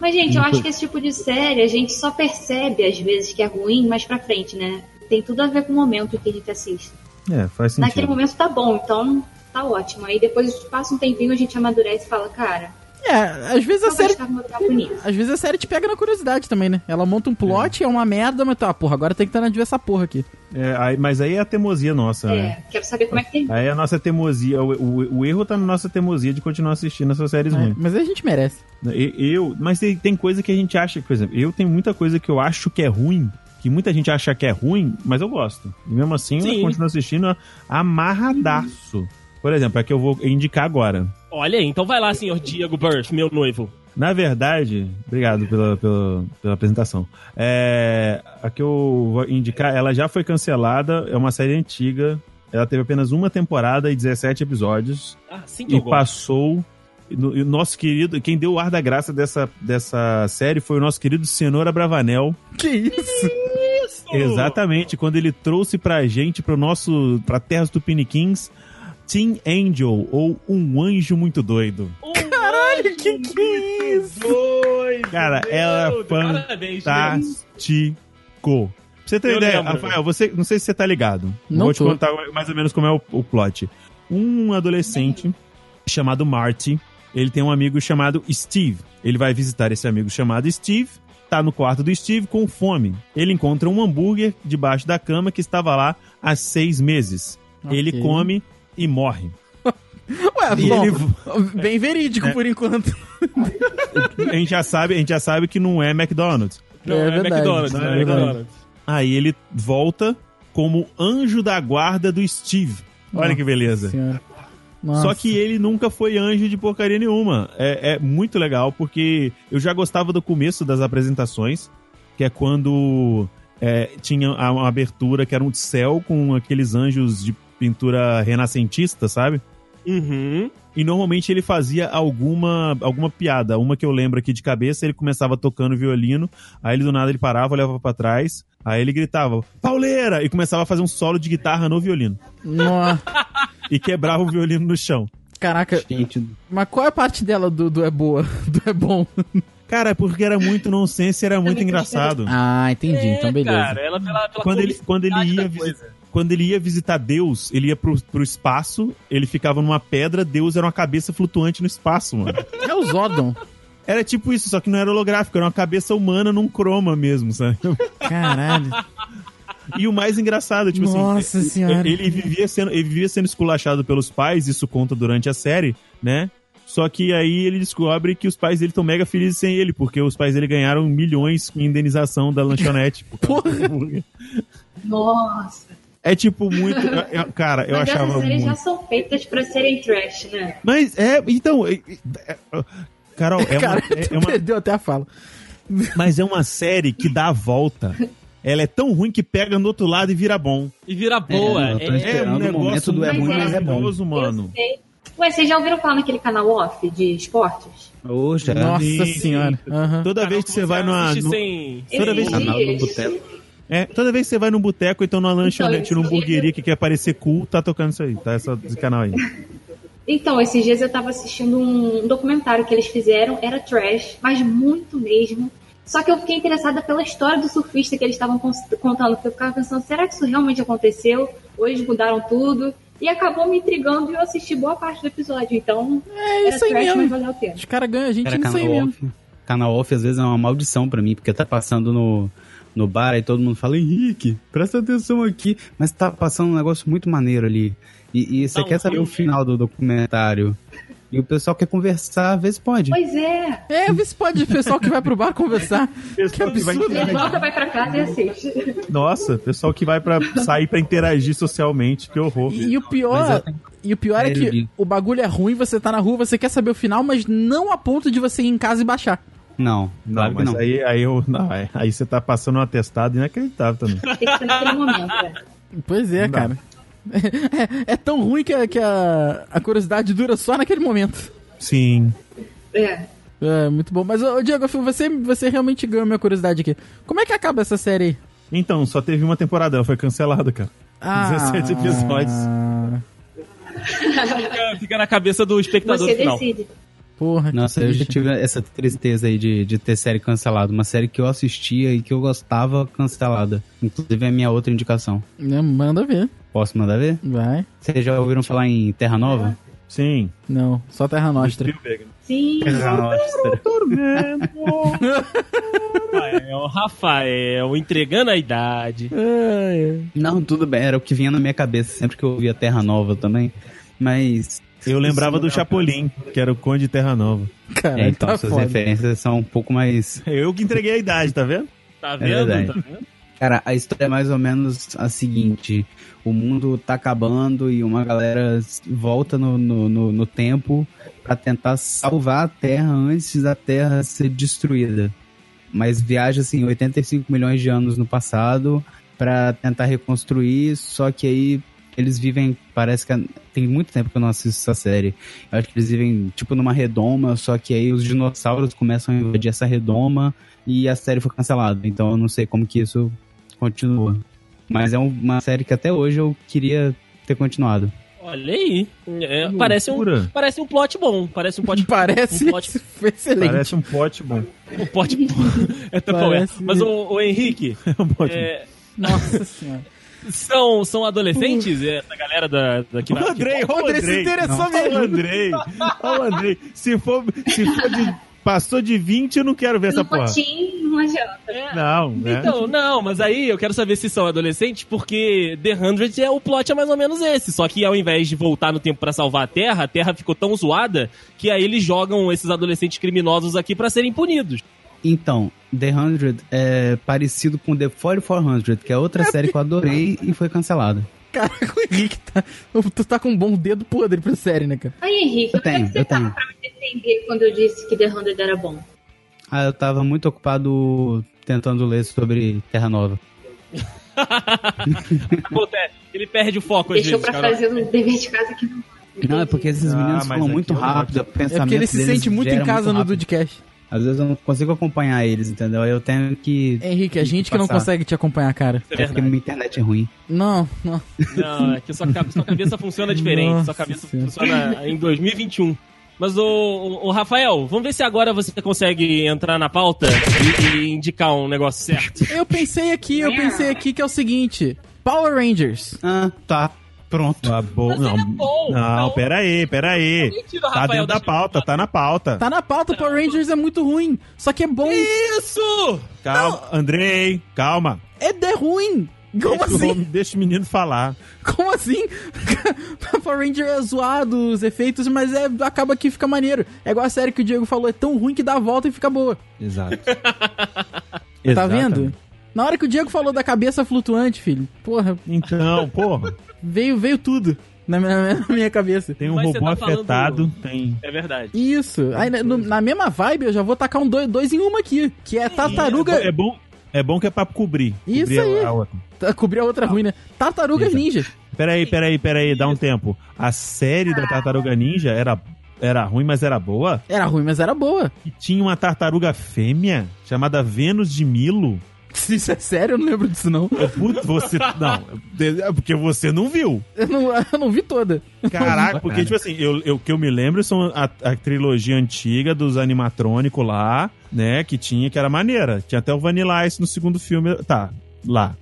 Speaker 6: Mas, gente, eu acho que esse tipo de série a gente só percebe às vezes que é ruim mais pra frente, né? Tem tudo a ver com o momento que a gente assiste.
Speaker 4: É, faz
Speaker 6: Naquele
Speaker 4: sentido.
Speaker 6: momento tá bom, então tá ótimo. Aí depois passa um tempinho, a gente amadurece e fala, cara,
Speaker 2: É, às vezes a
Speaker 6: eu
Speaker 2: série.
Speaker 6: gostava de um lugar bonito.
Speaker 2: Às vezes a série te pega na curiosidade também, né? Ela monta um plot, é, uma merda, mas tá, ah, porra, agora tem que estar na de ver essa porra aqui.
Speaker 4: É, aí- mas aí é a teimosia nossa, né?
Speaker 6: É, quero saber como é que tem.
Speaker 4: Aí a nossa teimosia, o, o- o erro tá na nossa teimosia de continuar assistindo essas
Speaker 6: É.
Speaker 4: séries ruins.
Speaker 2: Mas a gente merece.
Speaker 4: Né, E- Eu, mas tem, tem coisa que a gente acha, por exemplo, eu tenho muita coisa que eu acho que é ruim, que muita gente acha que é ruim, mas eu gosto. E mesmo assim,
Speaker 3: Sim.
Speaker 4: eu continuo assistindo amarradaço. Por exemplo, é que eu vou indicar agora.
Speaker 3: Olha aí, então vai lá, senhor Diego Burst, meu noivo.
Speaker 4: Na verdade, obrigado pela, pela, pela apresentação. É, a que eu vou indicar, ela já foi cancelada, é uma série antiga. Ela teve apenas uma temporada e 17 episódios.
Speaker 3: Ah, sim que
Speaker 4: e
Speaker 3: eu gosto.
Speaker 4: passou. E no- e o nosso querido, quem deu o ar da graça dessa, dessa série foi o nosso querido Cenoura Bravanel.
Speaker 2: Que isso?
Speaker 4: Exatamente, quando ele trouxe pra gente, pro nosso, pra Terras Tupiniquins, Teen Angel, ou Um Anjo Muito Doido.
Speaker 2: Caralho, [laughs] que que é isso?
Speaker 3: Dois,
Speaker 4: Cara, ela é
Speaker 3: Parabéns, né?
Speaker 4: Fantástico. Pra você ter
Speaker 3: Eu
Speaker 4: ideia,
Speaker 3: lembro.
Speaker 4: Rafael, você, não sei se você tá ligado.
Speaker 2: Não
Speaker 4: Vou te
Speaker 2: tô.
Speaker 4: contar mais ou menos como é o, o plot. Um adolescente chamado Marty, ele tem um amigo chamado Steve. Ele vai visitar esse amigo chamado Steve, tá no quarto do Steve com fome. Ele encontra um hambúrguer debaixo da cama que estava lá há seis meses. Ele
Speaker 2: Ok.
Speaker 4: come e morre.
Speaker 2: Ué,
Speaker 4: E
Speaker 2: bom,
Speaker 4: ele
Speaker 2: [laughs] bem verídico por enquanto.
Speaker 4: A gente já sabe, a gente já sabe que não é McDonald's.
Speaker 3: Não, é,
Speaker 2: É verdade,
Speaker 3: McDonald's,
Speaker 2: é
Speaker 3: não é
Speaker 2: verdade.
Speaker 3: McDonald's.
Speaker 4: Aí ele volta como anjo da guarda do Steve. Olha
Speaker 2: Nossa
Speaker 4: que beleza.
Speaker 2: Senhora.
Speaker 4: Só
Speaker 2: Nossa.
Speaker 4: que ele nunca foi anjo de porcaria nenhuma. É, é muito legal, porque eu já gostava do começo das apresentações, que é quando é, tinha a- uma abertura que era um céu com aqueles anjos de pintura renascentista, sabe?
Speaker 3: Uhum.
Speaker 4: E normalmente ele fazia alguma, alguma piada. Uma que eu lembro aqui de cabeça, ele começava tocando violino, aí ele do nada ele parava, olhava pra trás, aí ele gritava, pauleira! E começava a fazer um solo de guitarra no violino.
Speaker 2: Nó.
Speaker 4: E quebrava o violino no chão.
Speaker 2: Caraca,
Speaker 5: Gente,
Speaker 2: mas qual é a parte dela do, do é boa? [laughs] Do é bom?
Speaker 4: Cara, é porque era muito nonsense e era muito engraçado.
Speaker 2: Ah, entendi,
Speaker 3: É,
Speaker 2: então beleza.
Speaker 3: Cara, ela pela, pela
Speaker 4: Quando ele, quando, ele
Speaker 3: comicidade
Speaker 4: ia
Speaker 3: da
Speaker 4: visi-
Speaker 3: coisa.
Speaker 4: quando ele ia visitar Deus, ele ia pro, pro espaço, ele ficava numa pedra, Deus era uma cabeça flutuante no espaço, mano.
Speaker 2: É o Zodon.
Speaker 4: Era tipo isso, só que não era holográfico, era uma cabeça humana num croma mesmo, sabe?
Speaker 2: Caralho.
Speaker 4: E o mais engraçado, tipo
Speaker 2: Nossa
Speaker 4: assim,
Speaker 2: senhora.
Speaker 4: ele vivia sendo, ele vivia sendo esculachado pelos pais, isso conta durante a série, né? Só que aí ele descobre que os pais dele estão mega felizes sem ele, porque os pais dele ganharam milhões em indenização da lanchonete. por causa do hambúrguer.
Speaker 6: Nossa.
Speaker 4: é tipo muito, eu- eu- cara, eu
Speaker 6: Mas
Speaker 4: achava
Speaker 6: essas séries
Speaker 4: muito.
Speaker 6: já são feitas pra serem trash, né?
Speaker 4: Mas é, então, é- é- é- Carol, é uma-
Speaker 2: Cara,
Speaker 4: é-
Speaker 2: tu
Speaker 4: é uma
Speaker 2: perdeu até a fala.
Speaker 4: Mas é uma série que dá a volta. Ela é tão ruim que pega no outro lado e vira bom.
Speaker 3: E vira boa.
Speaker 5: eu tô
Speaker 3: é-
Speaker 4: É um
Speaker 5: Esperando o
Speaker 4: negócio
Speaker 5: momento do é
Speaker 4: muito
Speaker 6: ruim, mas
Speaker 5: é bom.
Speaker 4: maravilhoso,
Speaker 6: Eu
Speaker 4: mano.
Speaker 6: sei. Ué, vocês já ouviram falar naquele canal off de esportes?
Speaker 5: Poxa,
Speaker 2: Nossa
Speaker 4: Sim,
Speaker 2: senhora. Aham.
Speaker 4: Toda
Speaker 3: Canal
Speaker 4: vez que você vai numa.
Speaker 3: assiste
Speaker 4: no-
Speaker 3: sem-
Speaker 6: Toda
Speaker 3: sem-
Speaker 6: vez que-
Speaker 5: canal do Boteco.
Speaker 4: é, toda vez que você vai num boteco, então numa lanchonete,
Speaker 6: Então,
Speaker 4: numa
Speaker 6: esse dia-
Speaker 4: hamburgueria que quer parecer cool, tá tocando isso aí, tá? Essa, esse canal aí.
Speaker 6: Então, esses dias eu tava assistindo um documentário que eles fizeram, era trash, mas muito mesmo. Só que eu fiquei interessada pela história do surfista que eles estavam cons- contando, porque eu ficava pensando, será que isso realmente aconteceu? Ou eles mudaram tudo? E acabou me intrigando e eu assisti boa parte do episódio, então
Speaker 2: É isso
Speaker 6: era
Speaker 2: aí
Speaker 6: trash, mas é-
Speaker 2: mesmo.
Speaker 6: valeu a pena.
Speaker 2: Os caras ganham a gente
Speaker 5: Cara,
Speaker 2: nisso aí
Speaker 5: canal
Speaker 2: mesmo.
Speaker 5: off. Canal off às vezes é uma maldição pra mim, porque tá passando no, no bar, aí todo mundo fala, Henrique, presta atenção aqui. Mas tá passando um negócio muito maneiro ali. E, e você
Speaker 3: Tá um
Speaker 5: quer saber o
Speaker 3: filme.
Speaker 5: final do documentário. E o pessoal quer conversar, às vezes pode.
Speaker 6: Pois é.
Speaker 2: É, vê se pode o pessoal que vai pro bar conversar. que
Speaker 4: Pessoal que vai
Speaker 2: absurdo.
Speaker 6: Ele
Speaker 4: interagir.
Speaker 6: volta, vai pra casa e assiste.
Speaker 4: Nossa, pessoal que vai para sair pra interagir socialmente, que horror.
Speaker 2: E, e o
Speaker 5: Mas
Speaker 2: pior,
Speaker 5: eu tenho-
Speaker 2: e o pior é
Speaker 5: É, eu
Speaker 2: que
Speaker 5: vi.
Speaker 2: o bagulho é ruim, você tá na rua, você quer saber o final, mas não a ponto de você ir em casa e baixar.
Speaker 5: Não,
Speaker 4: Não,
Speaker 5: claro que
Speaker 4: mas
Speaker 5: não.
Speaker 4: aí aí eu- não, é, aí você tá passando um atestado inacreditável também.
Speaker 6: Tem que ser naquele momento. é.
Speaker 2: Pois é,
Speaker 4: Não dá.
Speaker 2: cara. [laughs] É, é tão ruim que, a, que a- a curiosidade dura só naquele momento.
Speaker 4: Sim.
Speaker 6: É.
Speaker 2: É, muito bom. Mas, ô, ô, Diego, você, você realmente ganhou minha curiosidade aqui. Como é que acaba essa série aí?
Speaker 4: Então, só teve uma temporada, ela foi cancelada, cara. 17 Ah. episódios.
Speaker 3: Fica, fica na cabeça do espectador
Speaker 6: Você
Speaker 3: do final.
Speaker 6: decide.
Speaker 2: Porra,
Speaker 5: Nossa, eu já
Speaker 2: triste.
Speaker 5: tive essa tristeza aí de, de ter série cancelada. Uma série que eu assistia e que eu gostava cancelada. Inclusive é a minha outra indicação.
Speaker 2: Né, Manda ver.
Speaker 5: Posso mandar ver?
Speaker 2: Vai.
Speaker 5: Vocês já ouviram falar em Terra Nova?
Speaker 4: Sim.
Speaker 2: Não, só Terra Nostra.
Speaker 4: Spielberg.
Speaker 6: Sim.
Speaker 5: Nova.
Speaker 4: Tormento.
Speaker 3: Rafael, Rafael, entregando a idade.
Speaker 2: Ai,
Speaker 5: Não, tudo bem. Era o que vinha na minha cabeça sempre que eu ouvia Terra Nova também. Mas...
Speaker 4: Eu
Speaker 2: é
Speaker 4: lembrava do Chapolin, que era o Conde de Terra Nova.
Speaker 2: Cara,
Speaker 5: É, então
Speaker 2: tá
Speaker 5: suas
Speaker 2: foda.
Speaker 5: referências são um pouco mais
Speaker 4: Eu que entreguei a idade, tá vendo?
Speaker 3: Tá vendo?
Speaker 5: verdade.
Speaker 3: tá vendo?
Speaker 5: Cara, a história é mais ou menos a seguinte: o mundo tá acabando e uma galera s- volta no, no, no- no tempo pra tentar salvar a Terra antes da Terra ser destruída. Mas viaja assim 85 milhões de anos no passado pra tentar reconstruir, só que aí eles vivem, parece que a- tem muito tempo que eu não assisto essa série. Eu acho que eles vivem tipo numa redoma, só que aí os dinossauros começam a invadir essa redoma e a série foi cancelada. Então eu não sei como que isso continua. Mas é uma série que até hoje eu queria ter continuado.
Speaker 3: Olha aí. É, parece, um,
Speaker 4: Loucura.
Speaker 3: parece um plot bom. Parece
Speaker 2: [laughs]
Speaker 3: um plot
Speaker 2: Parece
Speaker 3: Um plot-
Speaker 2: [laughs] excelente.
Speaker 4: Parece um pote bom. [laughs]
Speaker 3: Um plot bom. [laughs] É tão qual é.
Speaker 2: Parece-
Speaker 3: Mas, o, Henrique,
Speaker 4: É um pote bom.
Speaker 3: é,
Speaker 2: Nossa senhora.
Speaker 3: são, são adolescentes? É, Essa galera da, daqui tipo,
Speaker 4: O Andrei, o
Speaker 2: Andrei
Speaker 4: Andrei.
Speaker 2: se interessou
Speaker 4: Nossa,
Speaker 2: mesmo.
Speaker 4: O Andrei, o Andrei. Se for, se for de... Passou de 20, eu não quero ver essa
Speaker 6: No
Speaker 4: porra.
Speaker 6: potinho, não adianta.
Speaker 3: É,
Speaker 4: Não, né?
Speaker 3: Então, não, mas aí eu quero saber se são adolescentes, porque The 100 é o plot é mais ou menos esse. Só que ao invés de voltar no tempo pra salvar a Terra, a Terra ficou tão zoada que aí eles jogam esses adolescentes criminosos aqui pra serem punidos.
Speaker 5: Então, The 100 é parecido com The 4400, que é outra série que eu adorei e foi cancelada.
Speaker 2: [laughs] Caraca, o Henrique tá. Tu tá com um bom dedo podre pra série, né, cara?
Speaker 6: Aí, Henrique,
Speaker 5: Eu
Speaker 6: como é
Speaker 5: tenho,
Speaker 6: que você
Speaker 5: eu
Speaker 6: tava
Speaker 5: tenho.
Speaker 6: pra me defender quando eu disse que The 100 era bom?
Speaker 5: Ah, eu tava muito ocupado tentando ler sobre Terra Nova.
Speaker 3: Acontece. Ele perde o foco
Speaker 4: é,
Speaker 3: às
Speaker 6: Deixou
Speaker 3: vezes,
Speaker 6: pra
Speaker 3: cara.
Speaker 6: fazer o dever de casa que não.
Speaker 5: Não, é porque esses
Speaker 4: Ah,
Speaker 5: meninos
Speaker 4: mas
Speaker 5: falam
Speaker 4: aqui
Speaker 5: muito
Speaker 4: eu não
Speaker 5: rápido, o
Speaker 2: É
Speaker 5: pensamento
Speaker 2: porque ele se
Speaker 5: deles
Speaker 2: sente muito em
Speaker 5: gera
Speaker 2: casa no
Speaker 5: rápido.
Speaker 2: Dudcast.
Speaker 5: Às vezes eu não consigo acompanhar eles, entendeu? Eu tenho que...
Speaker 2: Henrique, a
Speaker 5: Tem que
Speaker 2: gente que não
Speaker 5: passar.
Speaker 2: consegue te acompanhar, cara.
Speaker 3: É
Speaker 5: É porque minha internet é ruim.
Speaker 2: Não, não.
Speaker 3: Não, é que sua, cabe- sua cabeça funciona diferente.
Speaker 2: Nossa
Speaker 3: sua cabeça
Speaker 2: Senhora.
Speaker 3: funciona em 2021. Mas, o, Rafael, vamos ver se agora você consegue entrar na pauta e, e indicar um negócio certo.
Speaker 2: Eu pensei aqui, [laughs] eu pensei aqui que é o seguinte: Power Rangers.
Speaker 5: Ah, tá. Pronto.
Speaker 4: Tá bom.
Speaker 3: Mas
Speaker 4: Não,
Speaker 3: ele é bom,
Speaker 4: não,
Speaker 3: então.
Speaker 4: peraí, peraí.
Speaker 3: Alguém tira o
Speaker 4: Tá
Speaker 3: Rafael
Speaker 4: dentro da
Speaker 3: da
Speaker 4: pauta, tá na pauta.
Speaker 2: Tá na pauta, Power Rangers é muito ruim. Só que é bom.
Speaker 3: Isso!
Speaker 4: Calma, Andrei, calma.
Speaker 2: É de ruim. Como
Speaker 4: Deixa o
Speaker 2: assim?
Speaker 4: homem- Deixa o menino falar.
Speaker 2: [laughs] Como assim? [laughs] Power Ranger é zoado, os efeitos, mas é, acaba que fica maneiro. É igual a série que o Diego falou, é tão ruim que dá a volta e fica boa.
Speaker 3: [laughs]
Speaker 4: Exato.
Speaker 2: Tá vendo? Na hora que o Diego falou da cabeça flutuante, filho, porra,
Speaker 4: Então, porra,
Speaker 2: veio, veio tudo na minha, [laughs] na minha cabeça.
Speaker 4: tem um
Speaker 3: Mas você
Speaker 4: robô
Speaker 3: tá falando-
Speaker 4: afetado, tem...
Speaker 3: É verdade.
Speaker 2: Isso. Aí, na- no- na mesma vibe, eu já vou tacar um dois, dois em uma aqui, que é tartaruga...
Speaker 4: É bom, é bom que é pra cobrir.
Speaker 2: Isso
Speaker 4: cobrir
Speaker 2: aí.
Speaker 4: A, a outra.
Speaker 2: Tá, Cobrir a outra ruim, né? Tartarugas
Speaker 4: Exato.
Speaker 2: Ninja.
Speaker 4: Peraí, peraí, peraí, dá um tempo. A série da Tartaruga Ninja era, era ruim, mas era boa?
Speaker 2: Era ruim, mas era boa. [laughs]
Speaker 4: E tinha uma tartaruga fêmea chamada Vênus de Milo?
Speaker 2: Se isso é sério, eu não lembro disso, não. [laughs]
Speaker 4: Eu, putz, você... Não, é porque você não viu.
Speaker 2: Eu não, eu não vi toda.
Speaker 4: Caraca, porque,
Speaker 5: Cara.
Speaker 4: tipo assim, eu, eu- o que eu me lembro são a, a trilogia antiga dos animatrônicos lá, né? Que tinha, que era maneira. Tinha até o Vanilla Ice no segundo filme. Tá, lá.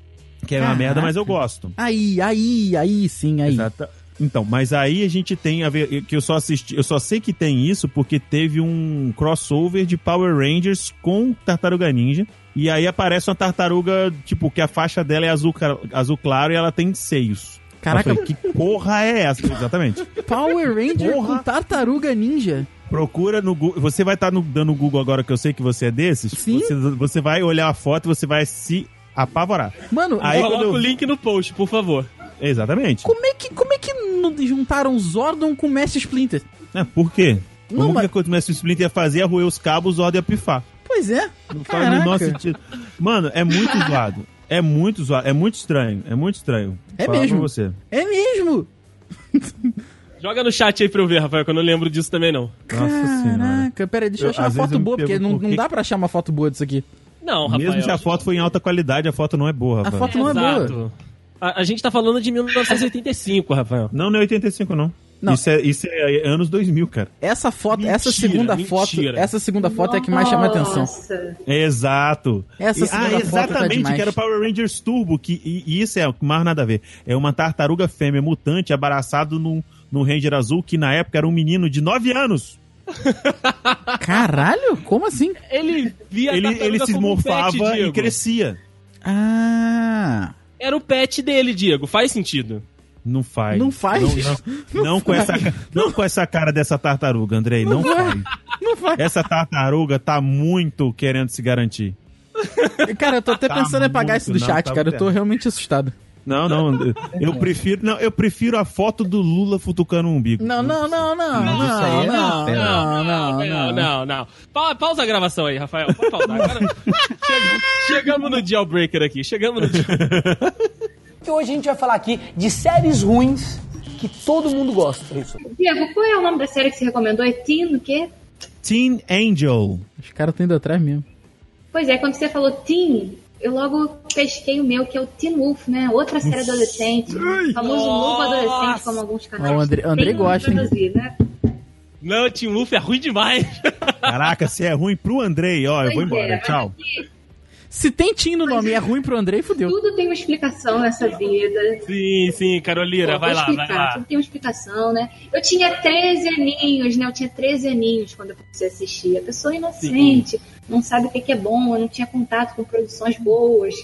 Speaker 4: Que é uma
Speaker 2: Caraca.
Speaker 4: merda, mas eu gosto.
Speaker 2: Aí, aí, aí sim, aí.
Speaker 4: Exata- Então, mas aí a gente tem a ver. Que eu só assisti. Eu só sei que tem isso porque teve um crossover de Power Rangers com Tartaruga Ninja. E aí aparece uma tartaruga, tipo, que a faixa dela é azul, ca- azul claro e ela tem seios.
Speaker 2: Caraca,
Speaker 4: Eu falei, que porra é essa?
Speaker 2: [laughs]
Speaker 4: Exatamente.
Speaker 2: Power Ranger
Speaker 4: Porra.
Speaker 2: com tartaruga ninja.
Speaker 4: Procura no Google. Você vai estar dando o Google agora que eu sei que você é desses.
Speaker 2: Sim.
Speaker 4: Você, você vai olhar a foto e você vai se apavorar.
Speaker 2: Mano,
Speaker 4: Aí
Speaker 3: Coloca
Speaker 4: quando eu-
Speaker 3: o link no post, por favor.
Speaker 4: Exatamente.
Speaker 2: como é que, como é que não juntaram Zordon com Mass Splinter?
Speaker 4: É, por quê?
Speaker 2: Não,
Speaker 4: a única
Speaker 2: mas-
Speaker 4: coisa que o Mestre Splinter ia fazer é roer os cabos, ordem ia pifar.
Speaker 2: Pois é.
Speaker 4: Não faz o
Speaker 2: Caraca.
Speaker 4: menor sentido. Mano, é muito zoado. É muito zoado. É muito estranho. É muito estranho.
Speaker 2: É
Speaker 4: Falar pra
Speaker 2: mesmo.
Speaker 4: você.
Speaker 2: É mesmo.
Speaker 3: Joga no chat aí pra eu ver, Rafael, que eu não lembro disso também, não.
Speaker 4: Nossa senhora.
Speaker 2: Caraca, pera aí, deixa eu,
Speaker 4: Eu-
Speaker 2: achar uma
Speaker 4: às vezes
Speaker 2: foto
Speaker 4: eu me
Speaker 2: boa, porque
Speaker 4: pergunto
Speaker 2: não,
Speaker 4: por
Speaker 2: não
Speaker 4: que
Speaker 2: dá pra achar uma foto boa disso aqui.
Speaker 3: Não, Rafael.
Speaker 4: Mesmo se a foto foi em alta qualidade, a foto não é boa,
Speaker 2: A
Speaker 4: rapaz.
Speaker 2: foto não é boa.
Speaker 3: Exato. A, a gente tá falando de 1985, Rafael.
Speaker 4: Não, não é 85, não.
Speaker 2: Não.
Speaker 4: Isso, é, isso é anos 2000, cara.
Speaker 2: Essa foto, essa
Speaker 3: Mentira,
Speaker 2: segunda
Speaker 3: mentira.
Speaker 2: foto, essa segunda foto é a que mais chama a atenção.
Speaker 6: Nossa.
Speaker 4: É Exato.
Speaker 2: Essa
Speaker 4: E-
Speaker 2: segunda
Speaker 4: ah,
Speaker 2: foto tá
Speaker 4: exatamente,
Speaker 2: demais.
Speaker 4: que era o Power Rangers Turbo, que e, e isso é o que mais nada a ver. É uma tartaruga fêmea mutante abraçado num, num Ranger azul, que na época era um menino de 9 anos.
Speaker 2: Caralho, como assim?
Speaker 3: Ele via a
Speaker 4: Ele,
Speaker 3: tartaruga
Speaker 4: ele se
Speaker 3: como um pet,
Speaker 4: morfava e
Speaker 3: Diego.
Speaker 4: crescia.
Speaker 2: Ah,
Speaker 3: Era o pet dele, Diego. Faz sentido.
Speaker 4: Não faz.
Speaker 2: Não faz?
Speaker 4: Não, não, não com, essa, ca- [laughs] não com essa cara dessa tartaruga, Andrei. Não, faz.
Speaker 2: não faz.
Speaker 4: Essa tartaruga tá muito querendo se garantir.
Speaker 2: Cara, eu tô até
Speaker 4: Tá
Speaker 2: pensando em apagar
Speaker 4: muito,
Speaker 2: isso do
Speaker 4: não,
Speaker 2: chat,
Speaker 4: tá
Speaker 2: cara. Eu tô
Speaker 4: muito.
Speaker 2: realmente assustado.
Speaker 4: Não, não. Eu prefiro, não, eu prefiro a foto do Lula futucando o umbigo.
Speaker 2: Não, não, não, não, não,
Speaker 5: isso aí é
Speaker 2: não,
Speaker 5: pera.
Speaker 2: não, não,
Speaker 3: não,
Speaker 2: não,
Speaker 3: não, não. Pa- pausa a gravação aí, Rafael. Pode pausar. Agora- [laughs] chegamos, chegamos no jailbreaker aqui. Chegamos no jail-
Speaker 7: Que hoje a gente vai falar aqui de séries ruins que todo mundo gosta. Isso.
Speaker 6: Diego, qual é o nome da série que você recomendou? É Teen o quê?
Speaker 4: Teen Angel.
Speaker 2: Os caras estão indo atrás mesmo.
Speaker 6: Pois é, quando você falou Teen, eu logo pesquei o meu, que é o Teen Wolf, né? Outra série adolescente. O famoso Lobo Adolescente, como alguns canais.
Speaker 2: Ó, Ah, o André- André
Speaker 6: têm
Speaker 2: gosta, hein?
Speaker 6: traduzido, né?
Speaker 4: Ah,
Speaker 3: Não, Tim Wolf é ruim demais.
Speaker 4: Caraca, se é ruim pro Andrei, ó, eu vou
Speaker 6: Pois é,
Speaker 4: embora.
Speaker 6: mas
Speaker 4: Tchau.
Speaker 6: aqui
Speaker 2: Se tem Tim no nome e é ruim pro Andrei, fudeu.
Speaker 6: Tudo tem uma explicação nessa vida.
Speaker 3: [laughs] Sim, sim, Carolina,
Speaker 6: Pô,
Speaker 3: vai
Speaker 6: vou
Speaker 3: lá, vai
Speaker 6: explicar,
Speaker 3: lá.
Speaker 6: Tudo tem uma explicação, né? Eu tinha 13 aninhos, né? Eu tinha 13 aninhos quando eu comecei a assistir. A pessoa é inocente, não sabe o que que é bom, eu não tinha contato com produções boas.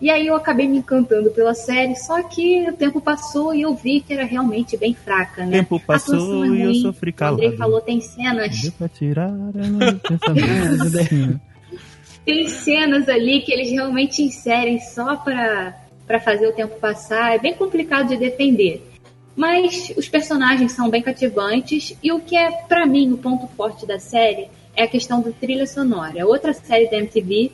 Speaker 6: E aí eu acabei me encantando pela série, só que o tempo passou e eu vi que era realmente bem fraca,
Speaker 4: O
Speaker 6: né?
Speaker 4: tempo
Speaker 6: A atuação
Speaker 4: passou
Speaker 6: é
Speaker 4: e eu
Speaker 6: ruim,
Speaker 4: sofri
Speaker 6: o Andrei
Speaker 4: calado. né?
Speaker 6: falou, tem cenas.
Speaker 4: Deu pra tirar a
Speaker 2: [laughs]
Speaker 6: Tem cenas ali que eles realmente inserem só pra pra fazer o tempo passar. É bem complicado de defender. Mas os personagens são bem cativantes e o que é, pra mim, o ponto forte da série é a questão do trilha sonora. É outra série da MTV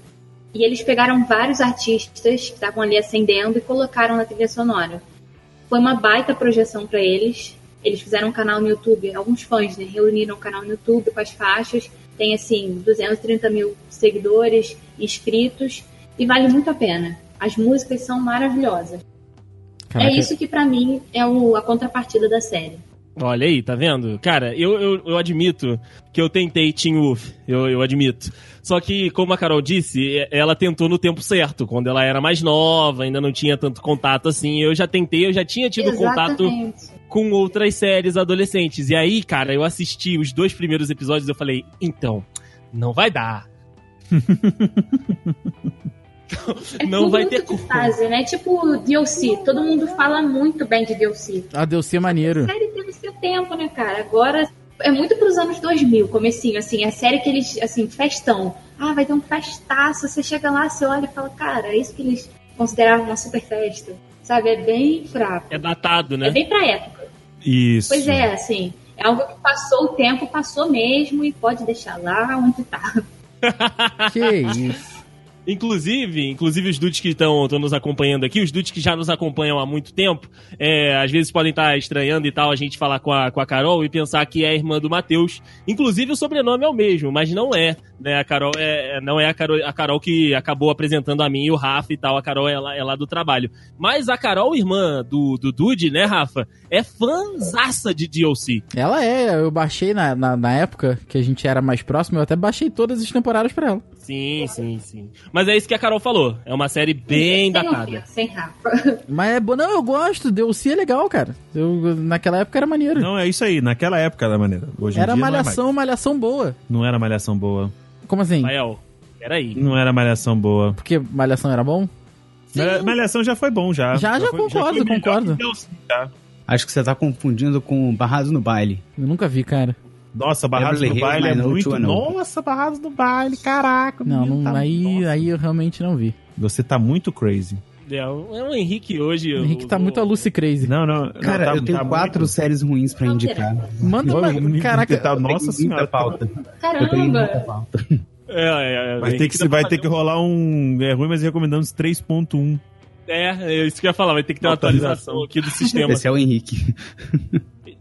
Speaker 6: e eles pegaram vários artistas que estavam ali acendendo e colocaram na trilha sonora. Foi uma baita projeção pra eles. Eles fizeram um canal no YouTube, alguns fãs né, reuniram um canal no YouTube com as faixas. Tem, assim, 230 mil seguidores, inscritos e vale muito a pena. As músicas são maravilhosas.
Speaker 2: Caraca,
Speaker 6: É isso que, pra mim, é o- a contrapartida da série.
Speaker 3: Olha aí, tá vendo? Cara, eu, eu, eu admito que eu tentei Tim Wolf, eu, eu admito. Só que, como a Carol disse, e- ela tentou no tempo certo, quando ela era mais nova, ainda não tinha tanto contato assim. Eu já tentei, eu já tinha tido Tipo, contato com outras séries adolescentes. E aí, cara, eu assisti os dois primeiros episódios e eu falei, então, não vai dar.
Speaker 6: É
Speaker 3: não
Speaker 6: tudo
Speaker 3: vai
Speaker 6: muito
Speaker 3: ter
Speaker 6: de
Speaker 3: como.
Speaker 6: fase, né? Tipo DLC. Todo mundo fala muito bem de DLC.
Speaker 2: Ah, deu ser
Speaker 6: A
Speaker 2: maneiro.
Speaker 6: [laughs] série teve seu tempo, né, cara? Agora é muito pros anos 2000, comecinho, assim. A série que eles, assim, festão. Ah, vai ter um festaço. Você chega lá, você olha e fala, cara, é isso que eles consideravam uma super festa. Sabe? É bem fraco.
Speaker 3: É datado,
Speaker 6: É
Speaker 3: né?
Speaker 6: bem pra época.
Speaker 4: Isso.
Speaker 6: Pois é, assim, é algo que passou o tempo, passou mesmo e pode deixar lá onde tá.
Speaker 2: Que isso.
Speaker 3: Inclusive, inclusive os dudes que estão nos acompanhando aqui, os dudes que já nos acompanham há muito tempo, é, às vezes podem estar estranhando e tal a gente falar com a, com a Carol e pensar que é a irmã do Matheus. Inclusive o sobrenome é o mesmo, mas não é. Né? A Carol é, é- não é a Carol, a Carol que acabou apresentando a mim e o Rafa e tal. A Carol é lá, é lá do trabalho. Mas a Carol, irmã do, do Dude, né, Rafa, é fanzaça de DLC.
Speaker 2: Ela é, eu baixei na, na, na época que a gente era mais próximo, eu até baixei todas as temporadas pra ela.
Speaker 3: Sim, sim, sim. Mas é isso que a Carol falou. É uma série bem
Speaker 6: sem
Speaker 3: datada.
Speaker 6: ofensa, Sem rapa.
Speaker 2: Mas é bom, não, eu gosto, deu ser legal, cara. Eu, naquela época era maneiro.
Speaker 4: Não, é isso aí. Naquela época, da maneira. Hoje em
Speaker 2: era
Speaker 4: dia não é mais.
Speaker 2: malhação, malhação boa.
Speaker 4: Não era malhação boa.
Speaker 2: Como assim?
Speaker 3: Rafael, Peraí.
Speaker 4: Não era Malhação boa.
Speaker 2: Porque Malhação era bom?
Speaker 4: Malha- Malhação já foi bom, já.
Speaker 2: Já, já
Speaker 4: foi-
Speaker 2: concordo,
Speaker 4: foi melhor
Speaker 2: concordo.
Speaker 4: que Dawson, já.
Speaker 5: Acho que você tá confundindo com Barrados no Baile.
Speaker 2: Eu nunca vi, cara.
Speaker 4: Nossa, Barrados
Speaker 5: Beverly
Speaker 4: do
Speaker 5: Hills,
Speaker 4: Baile é
Speaker 5: mas não,
Speaker 4: muito...
Speaker 5: Tua não.
Speaker 4: Nossa, Barrados do Baile, caraca.
Speaker 2: Não,
Speaker 4: menino,
Speaker 2: não
Speaker 4: tá-
Speaker 2: aí,
Speaker 4: Nossa.
Speaker 2: aí eu realmente não vi.
Speaker 4: Você tá muito crazy.
Speaker 3: É, o Henrique hoje.
Speaker 2: O Henrique tá muito a Lucy Crazy.
Speaker 4: Não, não.
Speaker 5: Cara,
Speaker 4: não, tá-
Speaker 5: eu tenho
Speaker 4: tá
Speaker 5: quatro
Speaker 4: muito-
Speaker 5: séries ruins pra indicar.
Speaker 2: Manda
Speaker 4: [laughs] Olha, o
Speaker 2: uma.
Speaker 4: menino
Speaker 2: Caraca,
Speaker 4: tá-
Speaker 5: Eu
Speaker 4: Nossa
Speaker 5: tenho
Speaker 4: senhora.
Speaker 5: Muita pauta. Eu tenho muita
Speaker 6: [laughs] Caramba!
Speaker 5: pauta.
Speaker 3: É, é, é,
Speaker 4: Vai ter que, se- vai ter que rolar um. É ruim, mas recomendamos 3.1.
Speaker 3: É, é isso que eu ia falar, vai ter que ter uma atualização aqui do sistema.
Speaker 5: Esse é o Henrique.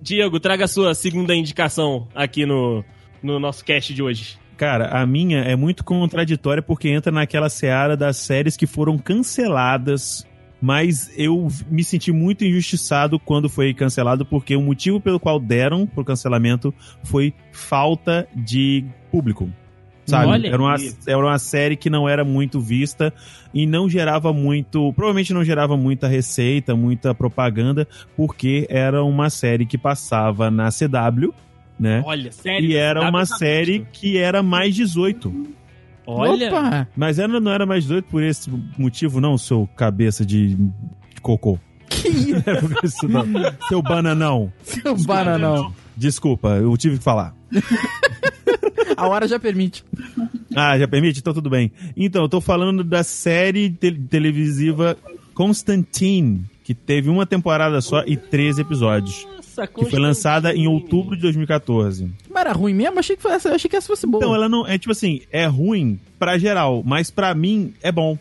Speaker 3: Diego, traga a sua segunda indicação aqui no, no nosso cast de hoje.
Speaker 4: Cara, a minha é muito contraditória porque entra naquela seara das séries que foram canceladas. Mas eu me senti muito injustiçado quando foi cancelado, porque o motivo pelo qual deram pro cancelamento foi falta de público. Sabe?
Speaker 3: Olha
Speaker 4: era, uma,
Speaker 3: aí.
Speaker 4: era uma série que não era muito vista e não gerava muito. Provavelmente não gerava muita receita, muita propaganda, porque era uma série que passava na CW, né?
Speaker 3: Olha, sério.
Speaker 4: E era
Speaker 3: dá
Speaker 4: uma
Speaker 3: pra-
Speaker 4: série que era mais 18.
Speaker 3: Olha,
Speaker 2: Opa!
Speaker 4: Mas ela não era mais 18 por esse motivo, não, seu cabeça de cocô. [laughs]
Speaker 2: Que isso,
Speaker 4: É por isso, não. seu bananão.
Speaker 2: seu bananão?
Speaker 4: Desculpa, eu tive que falar.
Speaker 2: A hora já permite.
Speaker 4: Ah, já permite? Então tudo bem. Então, eu tô falando da série te- televisiva Constantine, que teve uma temporada só e 13 episódios.
Speaker 3: nossa,
Speaker 4: Que foi lançada em outubro de 2014.
Speaker 2: Mas era ruim mesmo? Achei que, fosse- achei que essa fosse boa.
Speaker 4: Então, ela não. É tipo assim, é ruim pra geral, mas pra mim é bom.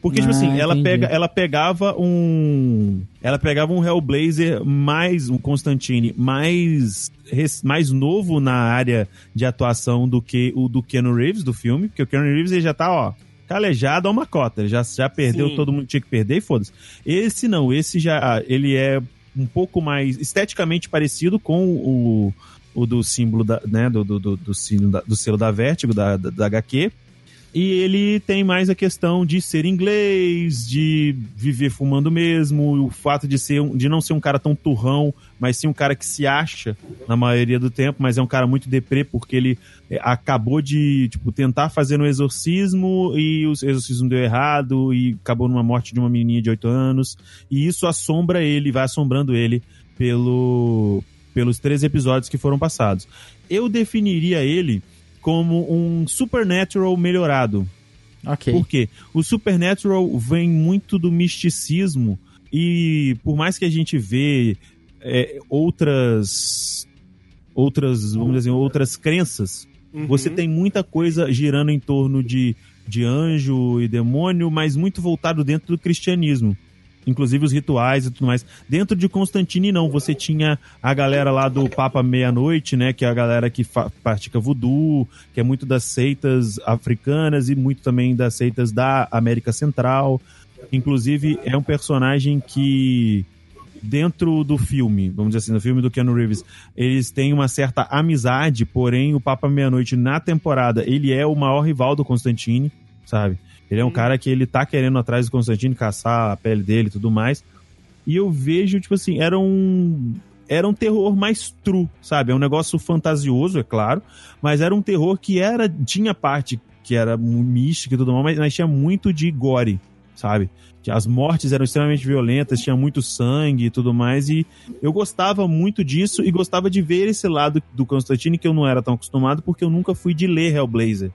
Speaker 4: Porque, tipo
Speaker 2: Ah,
Speaker 4: assim, ela,
Speaker 2: entendi.
Speaker 4: pega, ela pegava um. Ela pegava um Hellblazer mais. Um Constantine mais. rec- Mais novo na área de atuação do que o do Keanu Reeves do filme. Porque o Keanu Reeves ele já tá, ó. Calejado a uma cota. Ele já, já perdeu,
Speaker 3: Sim.
Speaker 4: todo mundo tinha que perder e foda-se. Esse não, esse já. Ele é um pouco mais esteticamente parecido com o, o do símbolo da, né, do, do, do, do sino da- do selo da Vértigo, da, da, da HQ. E ele tem mais a questão de ser inglês, de viver fumando mesmo, o fato de, ser, um- de não ser um cara tão turrão, mas sim um cara que se acha na maioria do tempo, mas é um cara muito deprê porque ele é, acabou de tipo, tentar fazer um exorcismo e o exorcismo deu errado e acabou numa morte de uma menininha de 8 anos. E isso assombra ele, vai assombrando ele pelo, pelos três episódios que foram passados. Eu definiria ele como um Supernatural melhorado.
Speaker 2: ok.
Speaker 4: Por quê? O Supernatural vem muito do misticismo e por mais que a gente vê é, outras outras, vamos dizer, assim, outras crenças,
Speaker 3: Uhum.
Speaker 4: você tem muita coisa girando em torno de, de anjo e demônio, mas muito voltado dentro do cristianismo. Inclusive os rituais e tudo mais. Dentro de Constantine, não. Você tinha a galera lá do Papa Meia-Noite, né? Que é a galera que fa- pratica voodoo, que é muito das seitas africanas e muito também das seitas da América Central. Inclusive, é um personagem que, dentro do filme, vamos dizer assim, no filme do Keanu Reeves, eles têm uma certa amizade, porém o Papa Meia-Noite na temporada, ele é o maior rival do Constantine, sabe? Ele é um cara que ele tá querendo atrás do Constantine, caçar a pele dele e tudo mais. E eu vejo, tipo assim, era um. Era um terror mais true, sabe? É um negócio fantasioso, é claro, mas era um terror que era. Tinha parte que era mística e tudo mais, mas, mas tinha muito de gore, sabe? Que As mortes eram extremamente violentas, tinha muito sangue e tudo mais, e eu gostava muito disso e gostava de ver esse lado do Constantine que eu não era tão acostumado porque eu nunca fui de ler Hellblazer.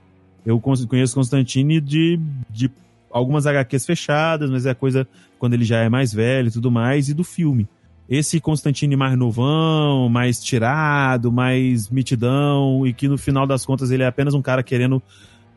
Speaker 4: Eu con- conheço Constantine de, de algumas HQs fechadas, mas é coisa quando ele já é mais velho e tudo mais, e do filme. Esse Constantine mais novão, mais tirado, mais mitidão, e que no final das contas ele é apenas um cara querendo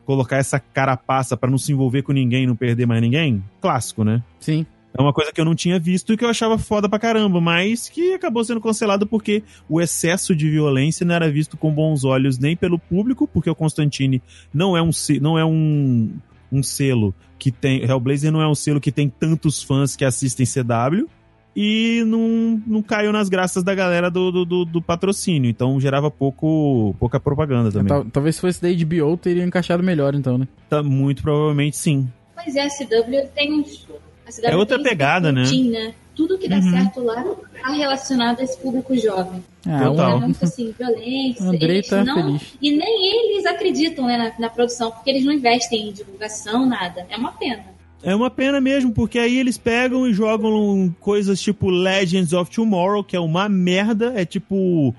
Speaker 4: colocar essa carapaça pra não se envolver com ninguém, não perder mais ninguém. Clássico, né?
Speaker 2: Sim.
Speaker 4: É uma coisa que eu não tinha visto e que eu achava foda pra caramba, mas que acabou sendo cancelado porque o excesso de violência não era visto com bons olhos nem pelo público, porque o Constantine não é um se- não é um, um selo que tem Hellblazer não é um selo que tem tantos fãs que assistem CW e não, não caiu nas graças da galera do, do, do- do patrocínio, então gerava pouco pouca propaganda também.
Speaker 2: Tal- talvez se fosse da HBO, teria encaixado melhor, então, né?
Speaker 4: Tá, muito provavelmente sim.
Speaker 6: Mas é, a CW tem uns. A CW
Speaker 4: É outra
Speaker 6: tem esse
Speaker 4: pegada, né?
Speaker 6: jeitinho, Tudo que dá certo lá tá relacionado a esse público jovem.
Speaker 2: Ah,
Speaker 4: Total.
Speaker 6: Era
Speaker 2: um- [laughs]
Speaker 6: muito assim, violência.
Speaker 2: O Andrei
Speaker 6: Eles
Speaker 2: tá
Speaker 6: não-
Speaker 2: feliz.
Speaker 6: E nem eles acreditam né, na, na produção, porque eles não investem em divulgação, nada. É uma pena.
Speaker 4: É uma pena mesmo, porque aí eles pegam e jogam coisas tipo Legends of Tomorrow, que é uma merda, é tipo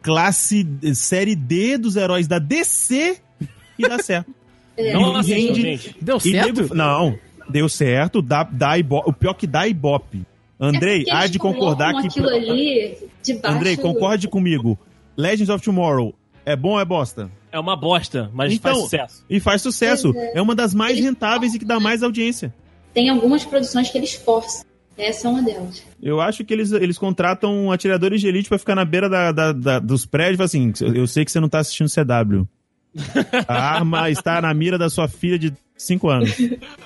Speaker 4: classe série D dos heróis da DC e dá certo.
Speaker 6: É,
Speaker 3: Não
Speaker 4: Ninguém
Speaker 3: assistam,
Speaker 4: de-
Speaker 3: gente.
Speaker 2: é- Deu
Speaker 4: E
Speaker 2: certo?
Speaker 4: nego- não, deu certo, dá, dá ibope, o pior que dá ibope. Andrei,
Speaker 6: É porque
Speaker 4: há
Speaker 6: eles
Speaker 4: de concordar
Speaker 6: colocam
Speaker 4: que
Speaker 6: Aquilo ali, debaixo...
Speaker 4: Andrei, concorde comigo. Legends of Tomorrow é bom ou é bosta?
Speaker 3: É uma bosta, mas faz
Speaker 4: Então,
Speaker 3: sucesso.
Speaker 4: E faz sucesso.
Speaker 6: Pois
Speaker 4: É uma das mais rentáveis e que
Speaker 6: né?
Speaker 4: dá mais audiência.
Speaker 6: Tem algumas produções que eles forçam. Essa é uma delas.
Speaker 4: Eu acho que eles, eles contratam atiradores de elite pra ficar na beira da, da- da- dos prédios e falar assim: eu sei que você não tá assistindo CW. A arma está na mira da sua filha de 5 anos.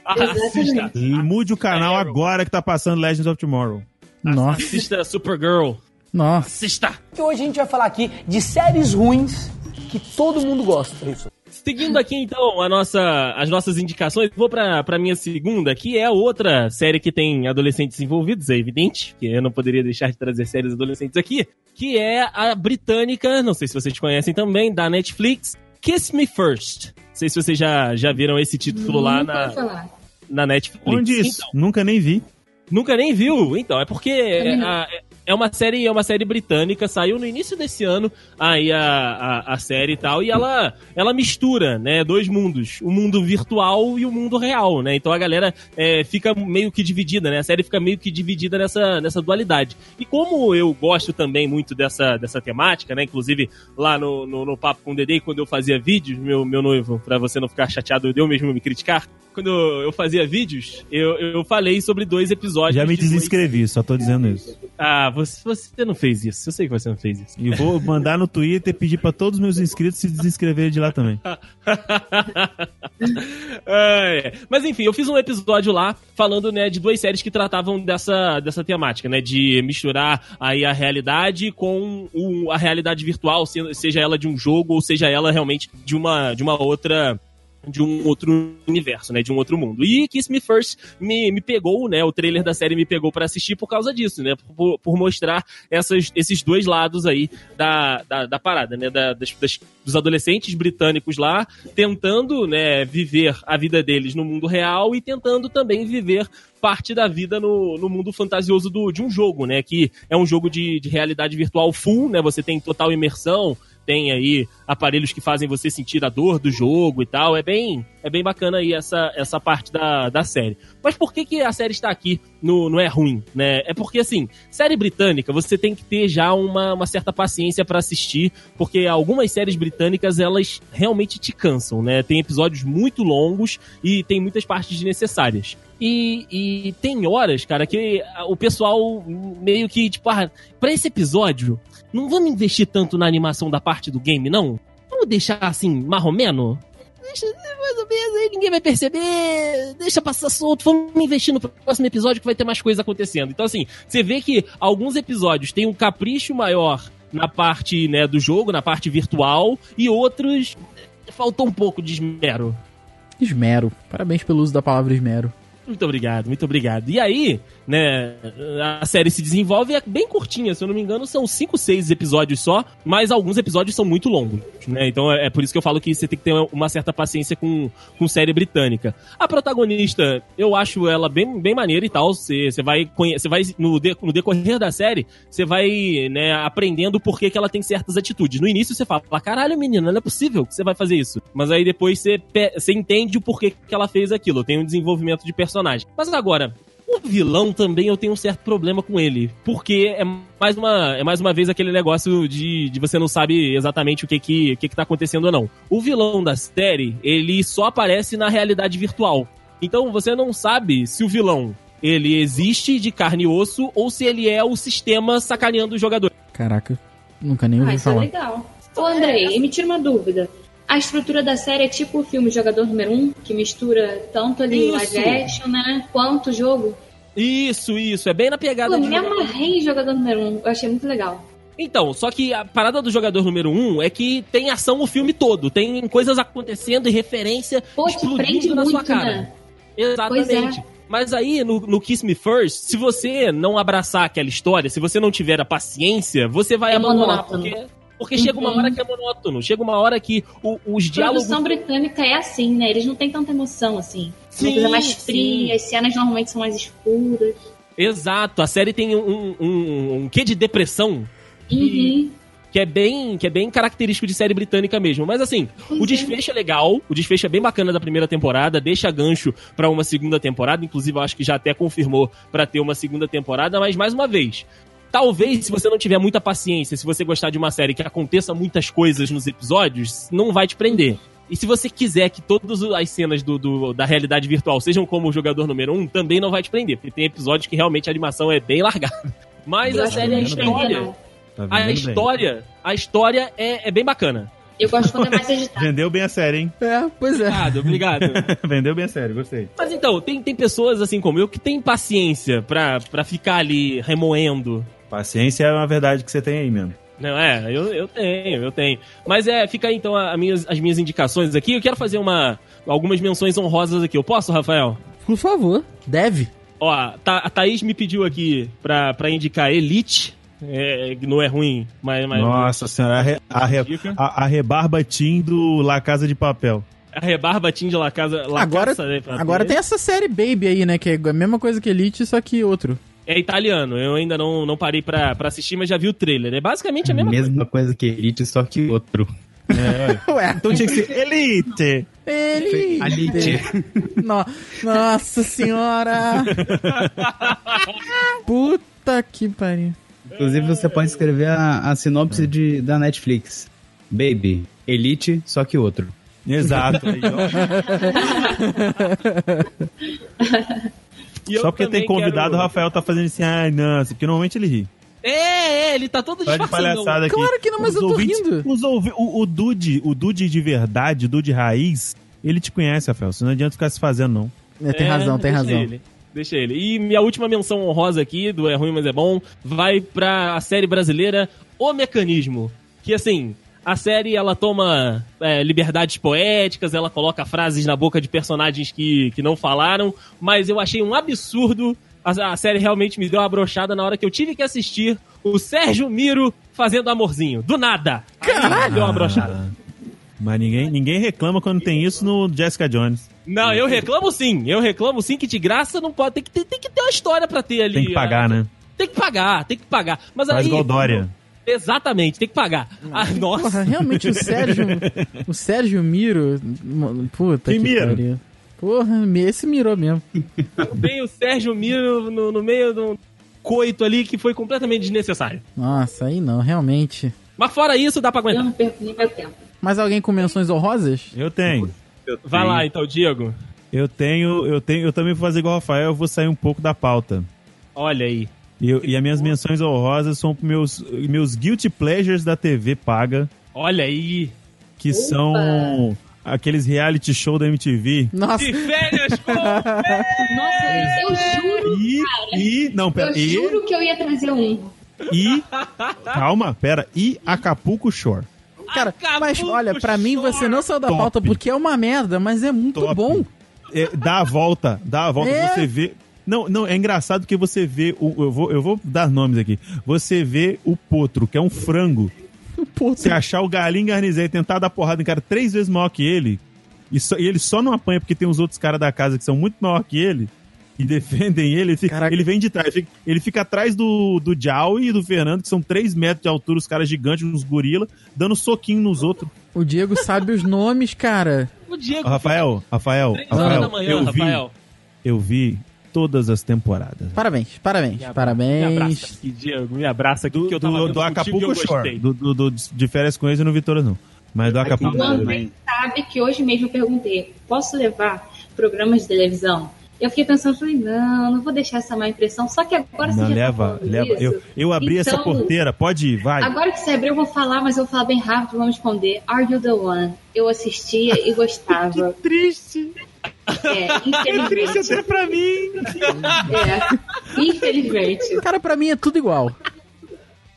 Speaker 3: Ah,
Speaker 6: Exatamente.
Speaker 3: Assista,
Speaker 4: Mude o canal agora que tá passando Legends of Tomorrow.
Speaker 2: Nossa,
Speaker 3: assista Supergirl.
Speaker 2: nossa.
Speaker 3: Assista.
Speaker 7: Porque hoje a gente vai falar aqui de séries ruins que todo mundo gosta.
Speaker 3: Seguindo aqui, então, a nossa, as nossas indicações, vou pra, pra minha segunda, que é outra série que tem adolescentes envolvidos, é evidente, que eu não poderia deixar de trazer séries adolescentes aqui, que é a britânica, não sei se vocês conhecem também, da Netflix, Kiss Me First. Não sei se vocês já, já viram esse título lá
Speaker 6: Nunca ouvi
Speaker 3: na,
Speaker 6: falar.
Speaker 3: na Netflix. Então,
Speaker 4: Onde isso? Nunca nem vi.
Speaker 3: Nunca nem viu? Então, é porque
Speaker 6: Também não.
Speaker 3: a- é- é uma série, é uma série britânica, saiu no início desse ano aí a, a, a série e tal, e ela, ela mistura, né, dois mundos, o mundo virtual e o mundo real, né? Então a galera é, fica meio que dividida, né? A série fica meio que dividida nessa, nessa dualidade. E como eu gosto também muito dessa, dessa temática, né? Inclusive lá no, no, no Papo com o Dedei, quando eu fazia vídeos, meu, meu noivo, pra você não ficar chateado de eu mesmo me criticar, quando eu fazia vídeos, eu, eu falei sobre dois episódios.
Speaker 4: Já me
Speaker 3: de dois-
Speaker 4: desinscrevi, só tô dizendo isso.
Speaker 3: Ah, você, você não fez isso. Eu sei que você não fez isso.
Speaker 4: E vou mandar no Twitter pedir pra todos os meus inscritos se desinscreverem de lá também. Tá
Speaker 3: [laughs] É. Mas enfim, eu fiz um episódio lá falando né, de duas séries que tratavam dessa, dessa temática, né? De misturar aí a realidade com o- a realidade virtual, se- seja ela de um jogo ou seja ela realmente de uma, de uma outra de um outro universo, né, de um outro mundo. E Kiss Me First me, me pegou, né, o trailer da série me pegou pra assistir por causa disso, né, por, por mostrar essas, esses dois lados aí da, da, da parada, né, da- das- das, dos adolescentes britânicos lá tentando né, viver a vida deles no mundo real e tentando também viver parte da vida no, no mundo fantasioso do, de um jogo, né? Que é um jogo de, de realidade virtual full, né? Você tem total imersão, tem aí aparelhos que fazem você sentir a dor do jogo e tal. É bem, é bem bacana aí essa, essa parte da, da série. Mas por que, que a série está aqui no, no É Ruim, né? É porque, assim, série britânica, você tem que ter já uma, uma certa paciência pra assistir porque algumas séries britânicas elas realmente te cansam, né? Tem episódios muito longos e tem muitas partes desnecessárias. E, e tem horas, cara, que ah, o pessoal meio que, tipo, ah, pra esse episódio, não vamos investir tanto na animação da parte do game, não? Vamos deixar assim, marromeno? Deixa mais ou menos aí, ninguém vai perceber. Deixa passar solto, vamos investir no próximo episódio que vai ter mais coisa acontecendo. Então, assim, você vê que alguns episódios têm um capricho maior na parte né, do jogo, na parte virtual, e outros eh, faltou um pouco de esmero.
Speaker 2: Esmero. Parabéns pelo uso da palavra esmero.
Speaker 3: Muito obrigado, muito obrigado. E aí, né, a série se desenvolve é bem curtinha, se eu não me engano, são 5, 6 episódios só, mas alguns episódios são muito longos, né? Então é é por isso que eu falo que você tem que ter uma certa paciência com, com série britânica. A protagonista, eu acho ela bem, bem maneira e tal, você você vai, conhe- você vai no, de- no decorrer da série, você vai, né, aprendendo por que, que ela tem certas atitudes. No início você fala, caralho, menina, não é possível que você vai fazer isso. Mas aí depois você, pe- você entende o porquê que ela fez aquilo. Tem um desenvolvimento de personagem. Mas agora, o vilão também eu tenho um certo problema com ele. Porque é mais uma, é mais uma vez aquele negócio de, de você não sabe exatamente o que que, o que que tá acontecendo ou não. O vilão da série, ele só aparece na realidade virtual. Então você não sabe se o vilão ele existe de carne e osso ou se ele é o sistema sacaneando o jogador.
Speaker 2: Caraca, nunca nem
Speaker 6: Ah,
Speaker 2: ouvi
Speaker 6: isso é
Speaker 2: falar.
Speaker 6: legal. Ô, Andrei, me tira uma dúvida. A estrutura da série é tipo o filme Jogador Número 1, que mistura tanto ali o
Speaker 3: Isso.
Speaker 6: live action, né? Quanto o jogo.
Speaker 3: Isso, isso, é bem na pegada
Speaker 6: Pô,
Speaker 3: de
Speaker 6: me amarrei em Jogador Número 1. Eu achei muito legal.
Speaker 3: Então, só que a parada do jogador número um é que tem ação o filme todo. Tem coisas acontecendo e referência
Speaker 6: Pô, te
Speaker 3: explodindo
Speaker 6: prende
Speaker 3: na
Speaker 6: muito,
Speaker 3: sua cara.
Speaker 6: né? Pois
Speaker 3: Exatamente.
Speaker 6: é.
Speaker 3: Mas aí, no, no Kiss Me First, se você não abraçar aquela história, se você não tiver a paciência, você vai
Speaker 6: É
Speaker 3: abandonar.
Speaker 6: monótono.
Speaker 3: Porque, porque chega uma
Speaker 6: Uhum.
Speaker 3: hora que é monótono. Chega uma hora que o- os
Speaker 6: A
Speaker 3: diálogos.
Speaker 6: produção britânica é assim, né? Eles não têm tanta emoção assim. É
Speaker 3: Sim,
Speaker 6: uma coisa mais
Speaker 3: sim.
Speaker 6: fria, as cenas normalmente são mais escuras.
Speaker 3: Exato, a série tem um, um, um, um quê de depressão
Speaker 6: Uhum.
Speaker 3: que é bem que é bem característico de série britânica mesmo. Mas assim,
Speaker 6: Pois
Speaker 3: o
Speaker 6: é.
Speaker 3: desfecho é legal, o desfecho é bem bacana da primeira temporada, deixa gancho pra uma segunda temporada, inclusive eu acho que já até confirmou pra ter uma segunda temporada, mas mais uma vez, talvez se você não tiver muita paciência, se você gostar de uma série que aconteça muitas coisas nos episódios, não vai te prender. E se você quiser que todas as cenas do, do- da realidade virtual sejam como o jogador número um, também não vai te prender, porque tem episódios que realmente a animação é bem largada. [laughs] Mas
Speaker 6: Eu
Speaker 3: a
Speaker 6: acho que
Speaker 3: série é a
Speaker 6: não
Speaker 4: entendo,
Speaker 3: história.
Speaker 6: não.
Speaker 4: Tá vendendo
Speaker 3: A
Speaker 4: bem.
Speaker 3: história, a história é, é bem
Speaker 2: [laughs]
Speaker 3: bacana.
Speaker 6: Eu gosto quando é
Speaker 4: [laughs]
Speaker 6: mais agitado.
Speaker 4: Vendeu bem a série, hein?
Speaker 2: É, pois é.
Speaker 3: Obrigado, obrigado.
Speaker 4: Vendeu bem a série, gostei.
Speaker 3: Mas então, tem, tem pessoas assim como eu que tem paciência pra, pra ficar ali remoendo.
Speaker 4: Paciência é uma verdade que você tem aí mesmo.
Speaker 3: Não, é, eu, eu tenho, eu tenho. Mas é, fica aí então a- a minhas- as minhas indicações aqui. Eu quero fazer uma, algumas menções honrosas aqui. Eu posso, Rafael?
Speaker 2: Por favor, deve.
Speaker 3: Ó, a Tha- a Thaís me pediu aqui pra, pra indicar Elite. É, que não é ruim, mas. mas
Speaker 4: Nossa senhora, a, re- a, re-
Speaker 3: Dica.
Speaker 4: a- a rebarba Team do La Casa de Papel.
Speaker 3: A rebarba tinge La Casa. La
Speaker 2: Agora,
Speaker 3: Caça, né, pra-
Speaker 2: agora tem essa série Baby aí, né? Que é a mesma coisa que Elite, só que outro.
Speaker 3: É italiano, eu ainda não, não parei pra, pra assistir, mas já vi o trailer. É basicamente a mesma coisa.
Speaker 5: Mesma coisa que Elite, só que outro.
Speaker 2: [laughs] Ué,
Speaker 4: Então tinha que ser Elite!
Speaker 2: Elite.
Speaker 5: Elite.
Speaker 2: No- Nossa
Speaker 3: [laughs]
Speaker 2: senhora! Puta que pariu.
Speaker 5: Inclusive, você pode escrever a, a sinopse de, da Netflix. Baby, Elite, só que outro.
Speaker 4: Exato. Aí, ó.
Speaker 3: E eu
Speaker 4: Só porque
Speaker 3: também
Speaker 4: tem convidado,
Speaker 3: quero-
Speaker 4: o Rafael tá fazendo assim, ai, não, porque normalmente ele ri.
Speaker 3: É, é, ele tá todo
Speaker 4: Tá de
Speaker 3: disfarçadão.
Speaker 4: palhaçada aqui.
Speaker 2: Claro que não, mas eu tô rindo.
Speaker 4: os ouvi- o, o Dude, o Dude de verdade, o Dude raiz, ele te conhece, Rafael. Você não adianta ficar se fazendo, não.
Speaker 2: É, tem
Speaker 3: É,
Speaker 2: razão, tem
Speaker 3: deixa
Speaker 2: razão.
Speaker 3: ele, Deixa ele. E minha última menção honrosa aqui, do É Ruim, Mas É Bom, vai pra a série brasileira O Mecanismo. Que, assim, a série, ela toma é, liberdades poéticas, ela coloca frases na boca de personagens que, que não falaram, mas eu achei um absurdo. A, a série realmente me deu uma brochada na hora que eu tive que assistir o Sérgio Miro fazendo amorzinho. Do nada! Caralho! Deu uma brochada.
Speaker 4: Mas ninguém, ninguém reclama quando tem isso no Jessica Jones.
Speaker 3: Não, eu reclamo sim. Eu reclamo sim que de graça não pode. Tem que ter, tem que ter uma história pra ter ali. é.
Speaker 4: Tem que pagar, né?
Speaker 3: Tem que pagar, tem que pagar. Mas
Speaker 4: Faz
Speaker 3: aí.
Speaker 4: igual Dória.
Speaker 3: Exatamente, tem que pagar.
Speaker 4: Hum.
Speaker 3: Ah,
Speaker 2: Porra,
Speaker 3: nossa.
Speaker 2: realmente o Sérgio. o Sérgio Miro. mano, Puta
Speaker 4: Que
Speaker 2: que,
Speaker 4: Miro?
Speaker 2: pariu. Porra, esse mirou mesmo.
Speaker 3: Tem o Sérgio Miro no, no meio de um coito ali que foi completamente desnecessário.
Speaker 2: Nossa, aí não, realmente.
Speaker 3: Mas fora isso, dá pra
Speaker 6: Eu
Speaker 3: aguentar.
Speaker 6: não perco nem meu tempo.
Speaker 2: Mas alguém com menções honrosas?
Speaker 4: Eu tenho.
Speaker 3: Vai lá então, Diego.
Speaker 4: Eu tenho, eu tenho, eu também vou fazer igual o Rafael, eu vou sair um pouco da pauta.
Speaker 3: Olha aí.
Speaker 4: E, eu- e as minhas menções honrosas são pros meus, meus guilty pleasures da TV paga,
Speaker 3: Olha aí.
Speaker 4: que são aqueles reality show da MTV.
Speaker 3: [laughs]
Speaker 2: Nossa,
Speaker 3: De férias com...
Speaker 6: Nossa, eu juro,
Speaker 4: E, e não, pera,
Speaker 6: Ah, eu
Speaker 4: É e,
Speaker 6: juro que eu ia trazer um.
Speaker 4: e, calma, pera, e Acapulco Shore.
Speaker 2: cara, mas olha, pra mim você não saiu da
Speaker 4: Top.
Speaker 2: pauta porque é uma merda, mas é muito
Speaker 4: Top.
Speaker 2: bom.
Speaker 4: É, dá a volta, dá a volta,
Speaker 2: É.
Speaker 4: você vê. Não, não, é engraçado que você vê. O, eu, vou, eu vou dar nomes aqui. Você vê o potro, que é
Speaker 2: [laughs]
Speaker 4: um frango.
Speaker 2: Puta.
Speaker 4: Você achar o galinho garnizé e tentar dar porrada em cara três vezes maior que ele, e, só- e ele só não apanha porque tem os outros caras da casa que são muito maior que ele. E [laughs] defendem ele, ele fica,
Speaker 2: Caraca.
Speaker 4: ele vem de trás, ele fica, ele fica atrás do, do Jao e do Fernando, que são três metros de altura, os caras gigantes, uns gorila, dando soquinho nos outros.
Speaker 2: O Diego sabe os nomes, cara.
Speaker 3: O Diego.
Speaker 4: Rafael, Rafael,
Speaker 3: Três horas
Speaker 4: Rafael,
Speaker 3: da manhã,
Speaker 4: eu vi,
Speaker 3: Rafael.
Speaker 4: eu vi todas as temporadas.
Speaker 2: Parabéns, parabéns,
Speaker 3: Me
Speaker 2: parabéns.
Speaker 3: abraça aqui, Diego. Me abraça aqui
Speaker 4: do,
Speaker 3: que eu tava
Speaker 4: do,
Speaker 3: vendo
Speaker 4: do
Speaker 3: contigo e
Speaker 4: Acapulco
Speaker 3: eu
Speaker 4: Shore.
Speaker 3: gostei.
Speaker 4: Do, do, do- de férias com eles e no Vitória não. Mas do Acapulco
Speaker 6: O
Speaker 4: Shore.
Speaker 6: André sabe que hoje mesmo eu perguntei: posso levar programas de televisão? Eu fiquei pensando, falei, não, não vou deixar essa má impressão. Só que agora
Speaker 4: Não,
Speaker 6: você já tá
Speaker 4: leva,
Speaker 6: falando
Speaker 4: leva.
Speaker 6: isso.
Speaker 4: Eu, eu abri essa
Speaker 6: Então,
Speaker 4: porteira, pode ir, vai.
Speaker 6: Agora que você abriu, eu vou falar, mas eu vou falar bem rápido, vamos esconder. Are You The One? Eu assistia e
Speaker 4: [laughs]
Speaker 6: gostava.
Speaker 4: Triste,
Speaker 6: É, infelizmente.
Speaker 4: pra mim.
Speaker 6: É, infelizmente.
Speaker 2: Cara, pra mim é tudo igual.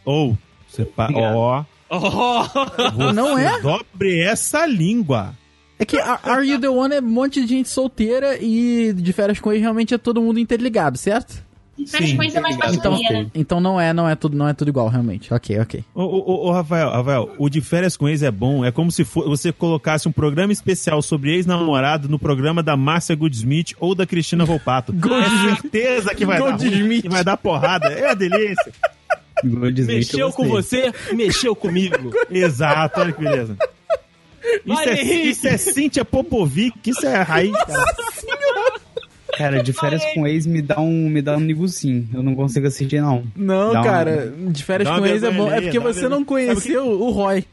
Speaker 4: Ou, você pa... ó,
Speaker 3: Oh, [laughs]
Speaker 4: você
Speaker 2: Não é?
Speaker 4: dobre essa língua.
Speaker 2: É que Are Are You The One é um monte de gente solteira e de férias com ex realmente é todo mundo interligado, certo?
Speaker 6: De férias
Speaker 4: Sim,
Speaker 6: com ex é mais
Speaker 4: obrigado.
Speaker 2: Então,
Speaker 6: paixoneira.
Speaker 2: então não é, não é tudo, não é tudo igual, realmente. Ok, ok.
Speaker 4: Ô, ô, ô, ô, Rafael, Rafael, o de férias com ex é bom. É como se fo- você colocasse um programa especial sobre ex-namorado no programa da Márcia Goodsmith ou da
Speaker 3: [laughs]
Speaker 4: Cristina Volpato. é certeza que vai dar ruim,
Speaker 2: Goldsmith.
Speaker 4: que vai dar porrada. É
Speaker 3: [laughs]
Speaker 4: uma delícia.
Speaker 5: Vou dizer que eu
Speaker 3: Mexeu com
Speaker 5: gostei.
Speaker 3: você, mexeu comigo.
Speaker 4: Exato, olha que beleza. Isso
Speaker 3: Vai,
Speaker 4: é,
Speaker 3: Henrique.
Speaker 4: isso é Cíntia Popovic, isso é raiz. cara.
Speaker 5: Cara, de férias com ex me dá um, me dá um negocinho. Eu não consigo assistir, não.
Speaker 2: Não,
Speaker 5: Dá uma-
Speaker 2: cara, de férias
Speaker 4: dá
Speaker 2: com
Speaker 4: uma
Speaker 2: ex é
Speaker 4: vergonha
Speaker 2: bom. É
Speaker 4: alheia,
Speaker 2: porque
Speaker 4: dá uma
Speaker 2: você não
Speaker 4: vergonha. Sabe
Speaker 2: conheceu o Roy.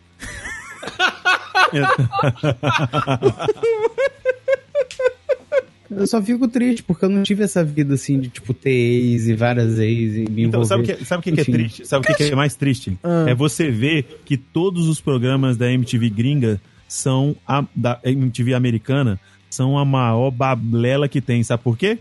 Speaker 5: Eu só fico triste, porque eu não tive essa vida assim de tipo ter ex e várias ex e me
Speaker 4: Então,
Speaker 5: envolver.
Speaker 4: sabe o que, sabe o que, que é
Speaker 5: Enfim.
Speaker 4: triste? Sabe o que, que é mais triste? É você ver que todos os programas da MTV gringa são a, da MTV americana são a maior bablela que tem. Sabe por quê?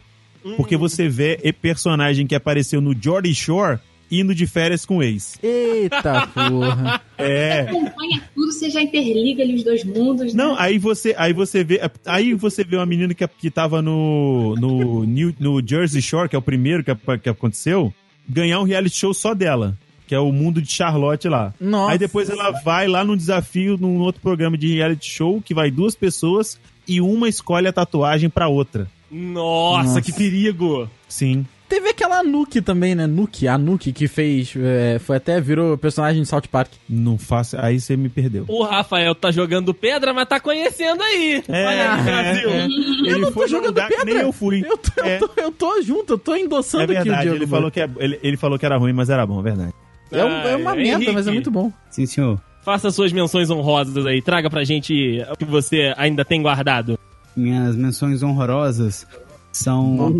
Speaker 4: Porque você vê e personagem que apareceu no Jordy Shore indo de férias com o ex. [laughs]
Speaker 2: Eita porra.
Speaker 4: É.
Speaker 6: Acompanha tudo, você já interliga ali os dois mundos.
Speaker 4: Não,
Speaker 6: né?
Speaker 4: aí você, aí você vê, aí você vê uma menina que, que tava no no, New, no Jersey Shore, que é o primeiro que, a- que aconteceu, ganhar um reality show só dela, que é o mundo de Charlotte lá.
Speaker 2: Nossa.
Speaker 4: Aí depois ela vai lá num desafio num outro programa de reality show que vai duas pessoas e uma escolhe a tatuagem pra outra.
Speaker 3: Nossa,
Speaker 2: Nossa.
Speaker 3: que perigo.
Speaker 4: Sim.
Speaker 2: Teve aquela Nuke também, né? Nuke, a Nuke que fez. é, foi até virou personagem de South Park.
Speaker 4: Não faça, aí você me perdeu.
Speaker 3: O Rafael tá jogando pedra, mas tá conhecendo aí.
Speaker 4: É.
Speaker 3: Olha aí, Brasil.
Speaker 4: Ele foi num
Speaker 2: jogando
Speaker 4: lugar que nem
Speaker 2: pedra.
Speaker 4: eu fui.
Speaker 2: Eu tô,
Speaker 4: É.
Speaker 2: eu, tô, eu tô junto, eu tô endossando
Speaker 4: É
Speaker 2: aqui o
Speaker 4: verdade,
Speaker 2: Diogo.
Speaker 4: ele falou, que é- ele- ele falou que era ruim, mas era bom, é verdade.
Speaker 2: É, um- é uma
Speaker 3: Ah,
Speaker 2: merda, mas é
Speaker 3: Henrique.
Speaker 2: muito bom.
Speaker 5: Sim, senhor.
Speaker 3: Faça suas menções honrosas aí. Traga pra gente o que você ainda tem guardado.
Speaker 5: Minhas menções honrorosas são.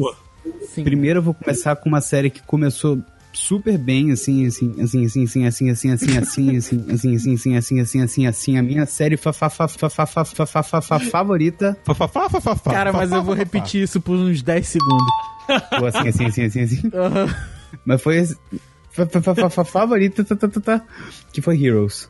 Speaker 2: Sim.
Speaker 5: Primeiro eu vou começar com uma série que começou super bem, assim, assim, assim, assim, assim, assim, assim, assim, assim, assim, assim, assim, assim, assim, assim, assim, assim, a minha série fa- fa- fa- fa- fa- fa- fa- fa- fa- fa- favorita.
Speaker 4: Fa, fa, fa, fa, fa, fa,
Speaker 2: Cara,
Speaker 4: fa,
Speaker 2: mas
Speaker 4: fa,
Speaker 2: eu vou
Speaker 4: fa, fa.
Speaker 2: repetir isso por uns 10 segundos.
Speaker 5: Ou assim, assim, assim, assim, assim.
Speaker 2: Aham.
Speaker 5: Mas foi esse- fa- fa- fa- fa- fa- favorita, tá, tá, tá, tá, que foi Heroes.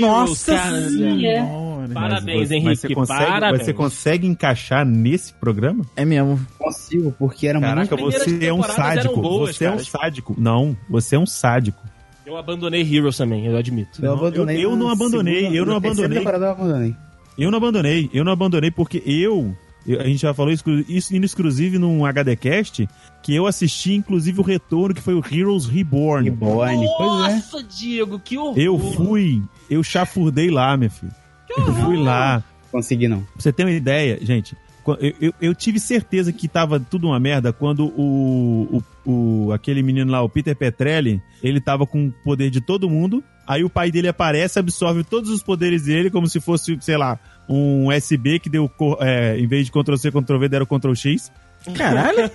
Speaker 2: Nossa
Speaker 3: cara.
Speaker 2: senhora.
Speaker 3: É. Parabéns,
Speaker 4: Mas
Speaker 3: Henrique.
Speaker 4: você consegue,
Speaker 3: Parabéns.
Speaker 4: mas você consegue encaixar nesse programa?
Speaker 2: É mesmo.
Speaker 5: Consigo, porque era muito...
Speaker 4: Caraca,
Speaker 3: primeiras
Speaker 4: você é um
Speaker 3: temporadas eram
Speaker 4: sádico.
Speaker 3: boas,
Speaker 4: você é um
Speaker 3: cara.
Speaker 4: sádico. Não, você é um sádico.
Speaker 3: Eu abandonei Heroes também, eu admito.
Speaker 5: Eu,
Speaker 4: Não,
Speaker 5: abandonei
Speaker 4: eu- eu não
Speaker 5: na
Speaker 4: abandonei,
Speaker 5: segunda-
Speaker 4: eu não
Speaker 5: na terceira
Speaker 4: abandonei.
Speaker 5: temporada eu abandonei.
Speaker 4: Eu não abandonei, eu não abandonei porque eu. eu- a gente já falou isso, isso inclusive num HDcast, que eu assisti inclusive o retorno, que foi o Heroes Reborn.
Speaker 5: Que bone, pois é.
Speaker 3: Nossa, Diego, que horror.
Speaker 4: Eu fui, eu chafurdei lá, meu filho. Eu fui lá.
Speaker 5: Consegui não.
Speaker 4: Pra você ter uma ideia, gente, qu- eu, eu- eu tive certeza que tava tudo uma merda quando o, o- o- aquele menino lá, o Peter Petrelli, ele tava com o poder de todo mundo, aí o pai dele aparece, absorve todos os poderes dele, como se fosse, sei lá, um USB que deu, co- é, em vez de Ctrl-C, Ctrl-V, deram Ctrl-X.
Speaker 2: Caralho.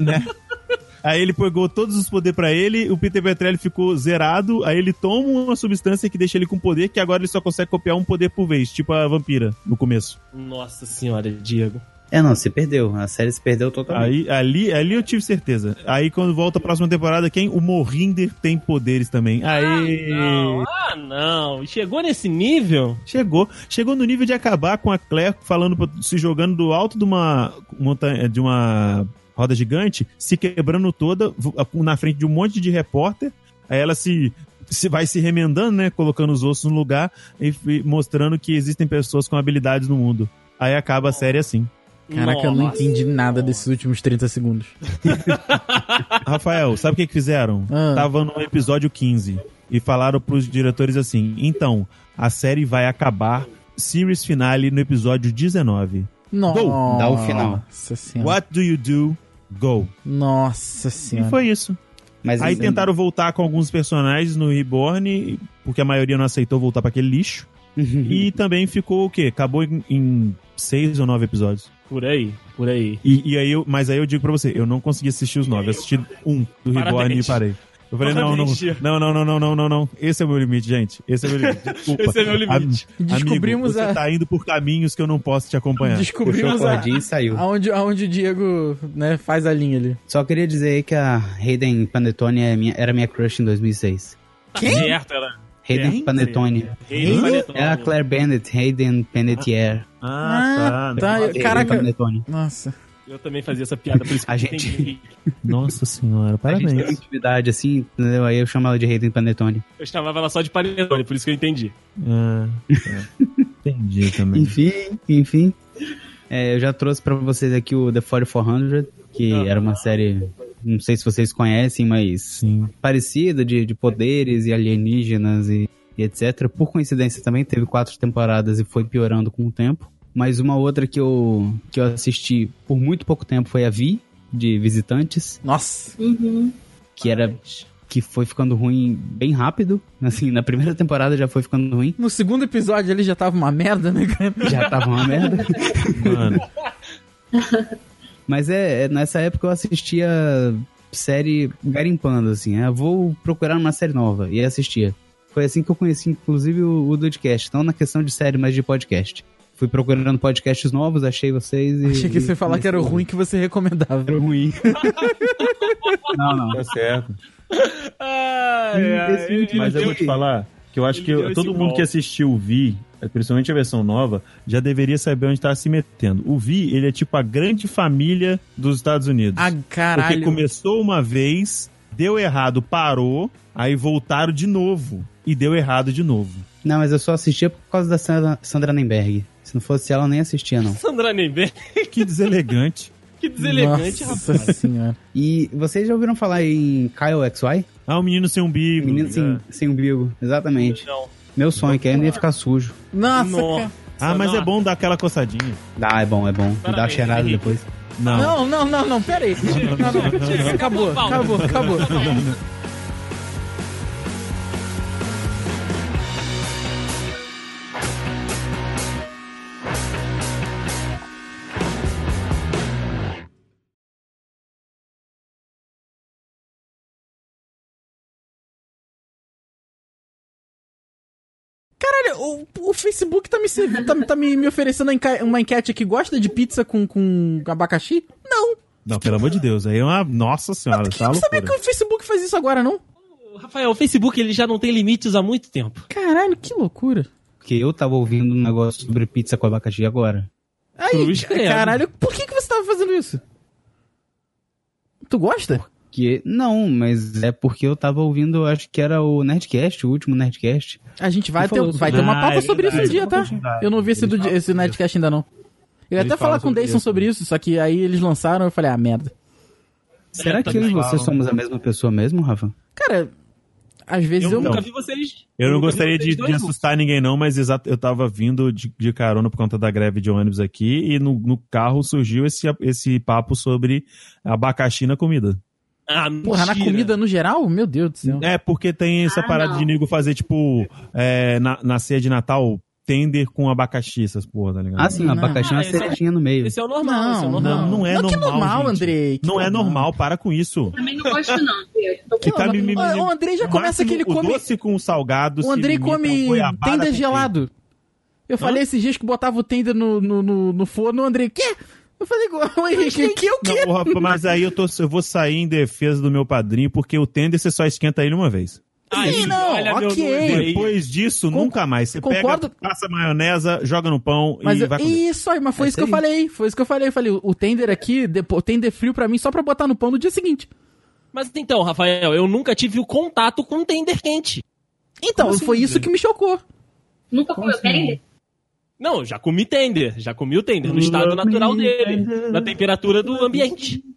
Speaker 4: Aí ele pegou todos os poderes pra ele, o Peter Petrelli ficou zerado, aí ele toma uma substância que deixa ele com poder, que agora ele só consegue copiar um poder por vez, tipo a vampira, no começo.
Speaker 3: Nossa senhora, Diego.
Speaker 5: É, não, se perdeu. A série se perdeu totalmente.
Speaker 4: Aí, ali, ali eu tive certeza. Aí quando volta a próxima temporada, quem? O Morrinder tem poderes também. Aí
Speaker 3: Não, ah, não. Chegou nesse nível?
Speaker 4: chegou, chegou no nível de acabar com a Claire falando pra- se jogando do alto de uma montanha, de uma roda gigante, se quebrando toda vo- na frente de um monte de repórter. Aí ela se se vai se remendando, né, colocando os ossos no lugar e, e mostrando que existem pessoas com habilidades no mundo. Aí acaba a série assim.
Speaker 2: [laughs] Caraca, eu não
Speaker 3: Nossa.
Speaker 2: entendi nada desses últimos 30 segundos.
Speaker 4: Rafael, sabe o que, que fizeram?
Speaker 2: Ah.
Speaker 4: Tava no episódio 15 e falaram pros diretores assim: então, a série vai acabar series finale no episódio 19.
Speaker 2: Nossa.
Speaker 5: Dá o final.
Speaker 2: Nossa senhora.
Speaker 4: What do you do? Go.
Speaker 2: Nossa
Speaker 4: E
Speaker 2: senhora.
Speaker 4: foi isso.
Speaker 5: Mas
Speaker 4: Aí
Speaker 5: assim,
Speaker 4: tentaram voltar com alguns personagens no Reborn, porque a maioria não aceitou voltar pra aquele lixo. E também ficou o quê? Acabou em, em seis ou nove episódios.
Speaker 3: Por aí, por aí.
Speaker 4: E, e aí eu, mas aí eu digo pra você, eu não consegui assistir os nove, eu assisti um do Reborn e
Speaker 3: Parabéns.
Speaker 4: parei. Eu falei, não, não,
Speaker 3: Parabéns, Gil.
Speaker 4: não, não, não, não, não, não, não. Esse é o meu limite, gente. Esse é o meu limite. Desculpa.
Speaker 3: Esse é meu limite.
Speaker 4: Am-
Speaker 2: Descobrimos
Speaker 4: amigo,
Speaker 2: a-
Speaker 4: Você tá indo por caminhos que eu não posso te acompanhar.
Speaker 5: puxou a
Speaker 2: Descobrimos a,
Speaker 5: cordinha e saiu.
Speaker 2: aonde, aonde o Diego né, faz a linha ali.
Speaker 5: Só queria dizer aí que a Hayden Panettone é minha- era minha crush em 2006.
Speaker 3: Certo, ela.
Speaker 5: Hayden
Speaker 4: Quem?
Speaker 5: Panettone.
Speaker 3: Hum?
Speaker 5: Era a Claire Bennett, Hayden Panettiere.
Speaker 8: Ah, tá.
Speaker 2: tá. eu- Caraca.
Speaker 5: Netone.
Speaker 2: Nossa.
Speaker 3: Eu também fazia essa piada, por isso que
Speaker 5: A
Speaker 3: eu
Speaker 5: gente-
Speaker 3: entendi.
Speaker 8: Nossa senhora,
Speaker 5: A gente tem uma
Speaker 8: parabéns.
Speaker 5: intimidade assim, entendeu? Aí eu chamo ela de Hayden Panetone.
Speaker 3: Eu chamava ela só de panetone, por isso que eu entendi.
Speaker 8: É, é. Entendi também.
Speaker 5: Enfim, enfim. É, eu já trouxe pra vocês aqui o The 4400, que
Speaker 2: Ah.
Speaker 5: era uma série, não sei se vocês conhecem, mas
Speaker 8: Sim.
Speaker 5: parecida, de, de poderes e alienígenas e, e etc. Por coincidência também, teve quatro temporadas e foi piorando com o tempo. Mas uma outra que eu, que eu assisti por muito pouco tempo foi a Vi, de Visitantes,
Speaker 2: Nossa.
Speaker 6: Uhum.
Speaker 5: que era que foi ficando ruim bem rápido. Assim, na primeira temporada já foi ficando ruim.
Speaker 2: No segundo episódio ali já tava uma merda, né, cara?
Speaker 5: Já tava uma merda.
Speaker 8: Mano,
Speaker 5: Mas é, é, nessa época eu assistia série garimpando, assim. Ah, vou procurar uma série nova. E aí assistia. Foi assim que eu conheci, inclusive, o, o Dudcast. Não na questão de série, mas de podcast. Fui procurando podcasts novos, achei vocês e.
Speaker 2: Achei que você ia
Speaker 5: e-
Speaker 2: falar que era o ruim que você recomendava.
Speaker 5: Era
Speaker 2: [laughs]
Speaker 5: o ruim. não, não.
Speaker 4: Tá certo.
Speaker 3: [laughs] Ai, ai,
Speaker 5: Esse último
Speaker 4: Mas eu vou te falar que eu acho que
Speaker 3: Ele deu
Speaker 4: eu- todo
Speaker 3: esse
Speaker 4: mundo
Speaker 3: golpe.
Speaker 4: que assistiu o Vi, principalmente a versão nova, já deveria saber onde tá se metendo. O Vi, ele é tipo a grande família dos Estados Unidos.
Speaker 2: Ah,
Speaker 4: Porque
Speaker 2: caralho.
Speaker 4: começou uma vez, deu errado, parou, aí voltaram de novo e deu errado de novo.
Speaker 5: Não, mas eu só assistia por causa da Sandra, Sandra Nemberg. Se não fosse ela, eu nem assistia, não.
Speaker 3: Sandra Nemberg,
Speaker 4: Que deselegante. [laughs]
Speaker 3: que deselegante, rapaz.
Speaker 2: Nossa senhora.
Speaker 5: E vocês já ouviram falar em Kyle XY?
Speaker 4: Ah, o menino sem umbigo.
Speaker 5: Menino sem,
Speaker 4: né?
Speaker 5: sem umbigo. Exatamente.
Speaker 3: Não.
Speaker 5: Meu sonho, que ainda ia ficar sujo.
Speaker 2: Nossa,
Speaker 3: Nossa.
Speaker 2: cara.
Speaker 4: Ah, mas
Speaker 3: Não.
Speaker 4: é bom dar aquela coçadinha.
Speaker 5: Dá, é bom, é bom. Dá uma
Speaker 3: Parabéns,
Speaker 5: cheirada
Speaker 3: Henrique.
Speaker 5: depois.
Speaker 4: Não.
Speaker 2: Não, não, não, não, pera aí. Não, não, chega. Acabou, acabou, acabou. Caralho, o, o Facebook tá me, serv- tá, tá me, me oferecendo uma enca- uma enquete aqui. Gosta de pizza com, com abacaxi? Não.
Speaker 4: Não, pelo amor de Deus. Aí é uma. Nossa senhora, tá uma
Speaker 2: não sabia
Speaker 4: loucura.
Speaker 2: que o Facebook faz isso agora, não?
Speaker 3: Rafael, o Facebook ele já não tem limites há muito tempo.
Speaker 2: Caralho, que loucura.
Speaker 5: Porque eu tava ouvindo um negócio sobre pizza com abacaxi agora.
Speaker 2: Aí,
Speaker 3: Cruz
Speaker 2: ca-
Speaker 3: credo.
Speaker 2: caralho, por que, que você tava fazendo isso? Tu gosta?
Speaker 5: Que não, mas é porque eu tava ouvindo, acho que era o Nerdcast, o último Nerdcast.
Speaker 3: É,
Speaker 2: A gente vai
Speaker 5: Ele
Speaker 2: ter, um-
Speaker 5: falou
Speaker 2: vai
Speaker 3: sobre-
Speaker 2: ter uma
Speaker 3: Ah,
Speaker 2: pauta
Speaker 3: é
Speaker 2: sobre isso um
Speaker 3: verdade.
Speaker 2: dia, tá? Eu não vi esse,
Speaker 5: Ele
Speaker 2: do,
Speaker 5: fala
Speaker 2: esse
Speaker 5: sobre
Speaker 2: Nerdcast ainda não. Eu ia
Speaker 5: Ele
Speaker 2: até falar
Speaker 5: fala
Speaker 2: com o
Speaker 5: sobre
Speaker 2: Dayson
Speaker 5: isso.
Speaker 2: sobre isso, só que aí eles lançaram eu falei, ah, merda.
Speaker 5: Será que eu e você somos a mesma pessoa mesmo, Rafa?
Speaker 2: Cara, às vezes eu,
Speaker 3: Eu
Speaker 4: Não.
Speaker 3: nunca vi vocês.
Speaker 4: Eu não
Speaker 3: nunca vi
Speaker 4: gostaria de,
Speaker 3: vocês
Speaker 4: de
Speaker 3: dois
Speaker 4: assustar ninguém, não, mas exato, eu tava vindo de, de carona por conta da greve de ônibus aqui e no, no carro surgiu esse, esse papo sobre abacaxi na comida.
Speaker 3: Ah,
Speaker 2: porra, na
Speaker 3: mentira.
Speaker 2: comida no geral? Meu Deus do céu.
Speaker 4: É, porque tem essa
Speaker 6: Ah,
Speaker 4: parada
Speaker 6: não.
Speaker 4: de nego fazer, tipo, é, na, na ceia de Natal, tender com abacaxi, essas porra, tá ligado?
Speaker 5: Ah, sim,
Speaker 2: Não.
Speaker 5: abacaxi é
Speaker 3: Ah,
Speaker 5: uma
Speaker 3: esse é-
Speaker 5: cerejinha no meio.
Speaker 3: Esse é o normal, esse é o normal.
Speaker 4: não é
Speaker 2: que
Speaker 4: normal, gente.
Speaker 2: Andrei. que
Speaker 4: não é normal, para com isso.
Speaker 6: Também não gosto, não. Eu tô
Speaker 4: Que
Speaker 2: Não,
Speaker 4: tá
Speaker 2: não.
Speaker 4: mimimi.
Speaker 2: Ó, O Andrei já
Speaker 4: No
Speaker 2: começa
Speaker 4: máximo,
Speaker 2: que ele
Speaker 4: O
Speaker 2: come.
Speaker 4: doce com o salgado.
Speaker 2: O Andrei come tender gelado. Eu falei esses dias que botava o tender no, no, no, no forno, o Andrei, quê? Eu falei, o Henrique, que o quê?
Speaker 4: Não, rapaz, mas aí eu, tô, eu vou sair em defesa do meu padrinho, porque o tender você só esquenta ele uma vez.
Speaker 3: Aí,
Speaker 2: Sim, não,
Speaker 3: Ah, meu
Speaker 2: ok.
Speaker 3: nome, Andrei.
Speaker 4: Depois disso,
Speaker 2: Con-
Speaker 4: nunca mais. Você
Speaker 2: concordo.
Speaker 4: pega, passa maionese, joga no pão
Speaker 2: Mas
Speaker 4: e
Speaker 2: eu,
Speaker 4: vai comer.
Speaker 2: isso aí, mas foi
Speaker 5: É
Speaker 2: isso que eu
Speaker 5: isso aí.
Speaker 2: falei. Foi isso que eu falei. Eu falei, o tender aqui, depois, o tender frio pra mim só pra botar no pão no dia seguinte.
Speaker 3: Mas então, Rafael, eu nunca tive o contato com um tender quente.
Speaker 2: Então, foi isso que me chocou.
Speaker 6: Nunca comeu
Speaker 4: assim?
Speaker 6: tender?
Speaker 3: Não, eu já comi tender, já comi o tender, no estado natural dele, na temperatura do ambiente.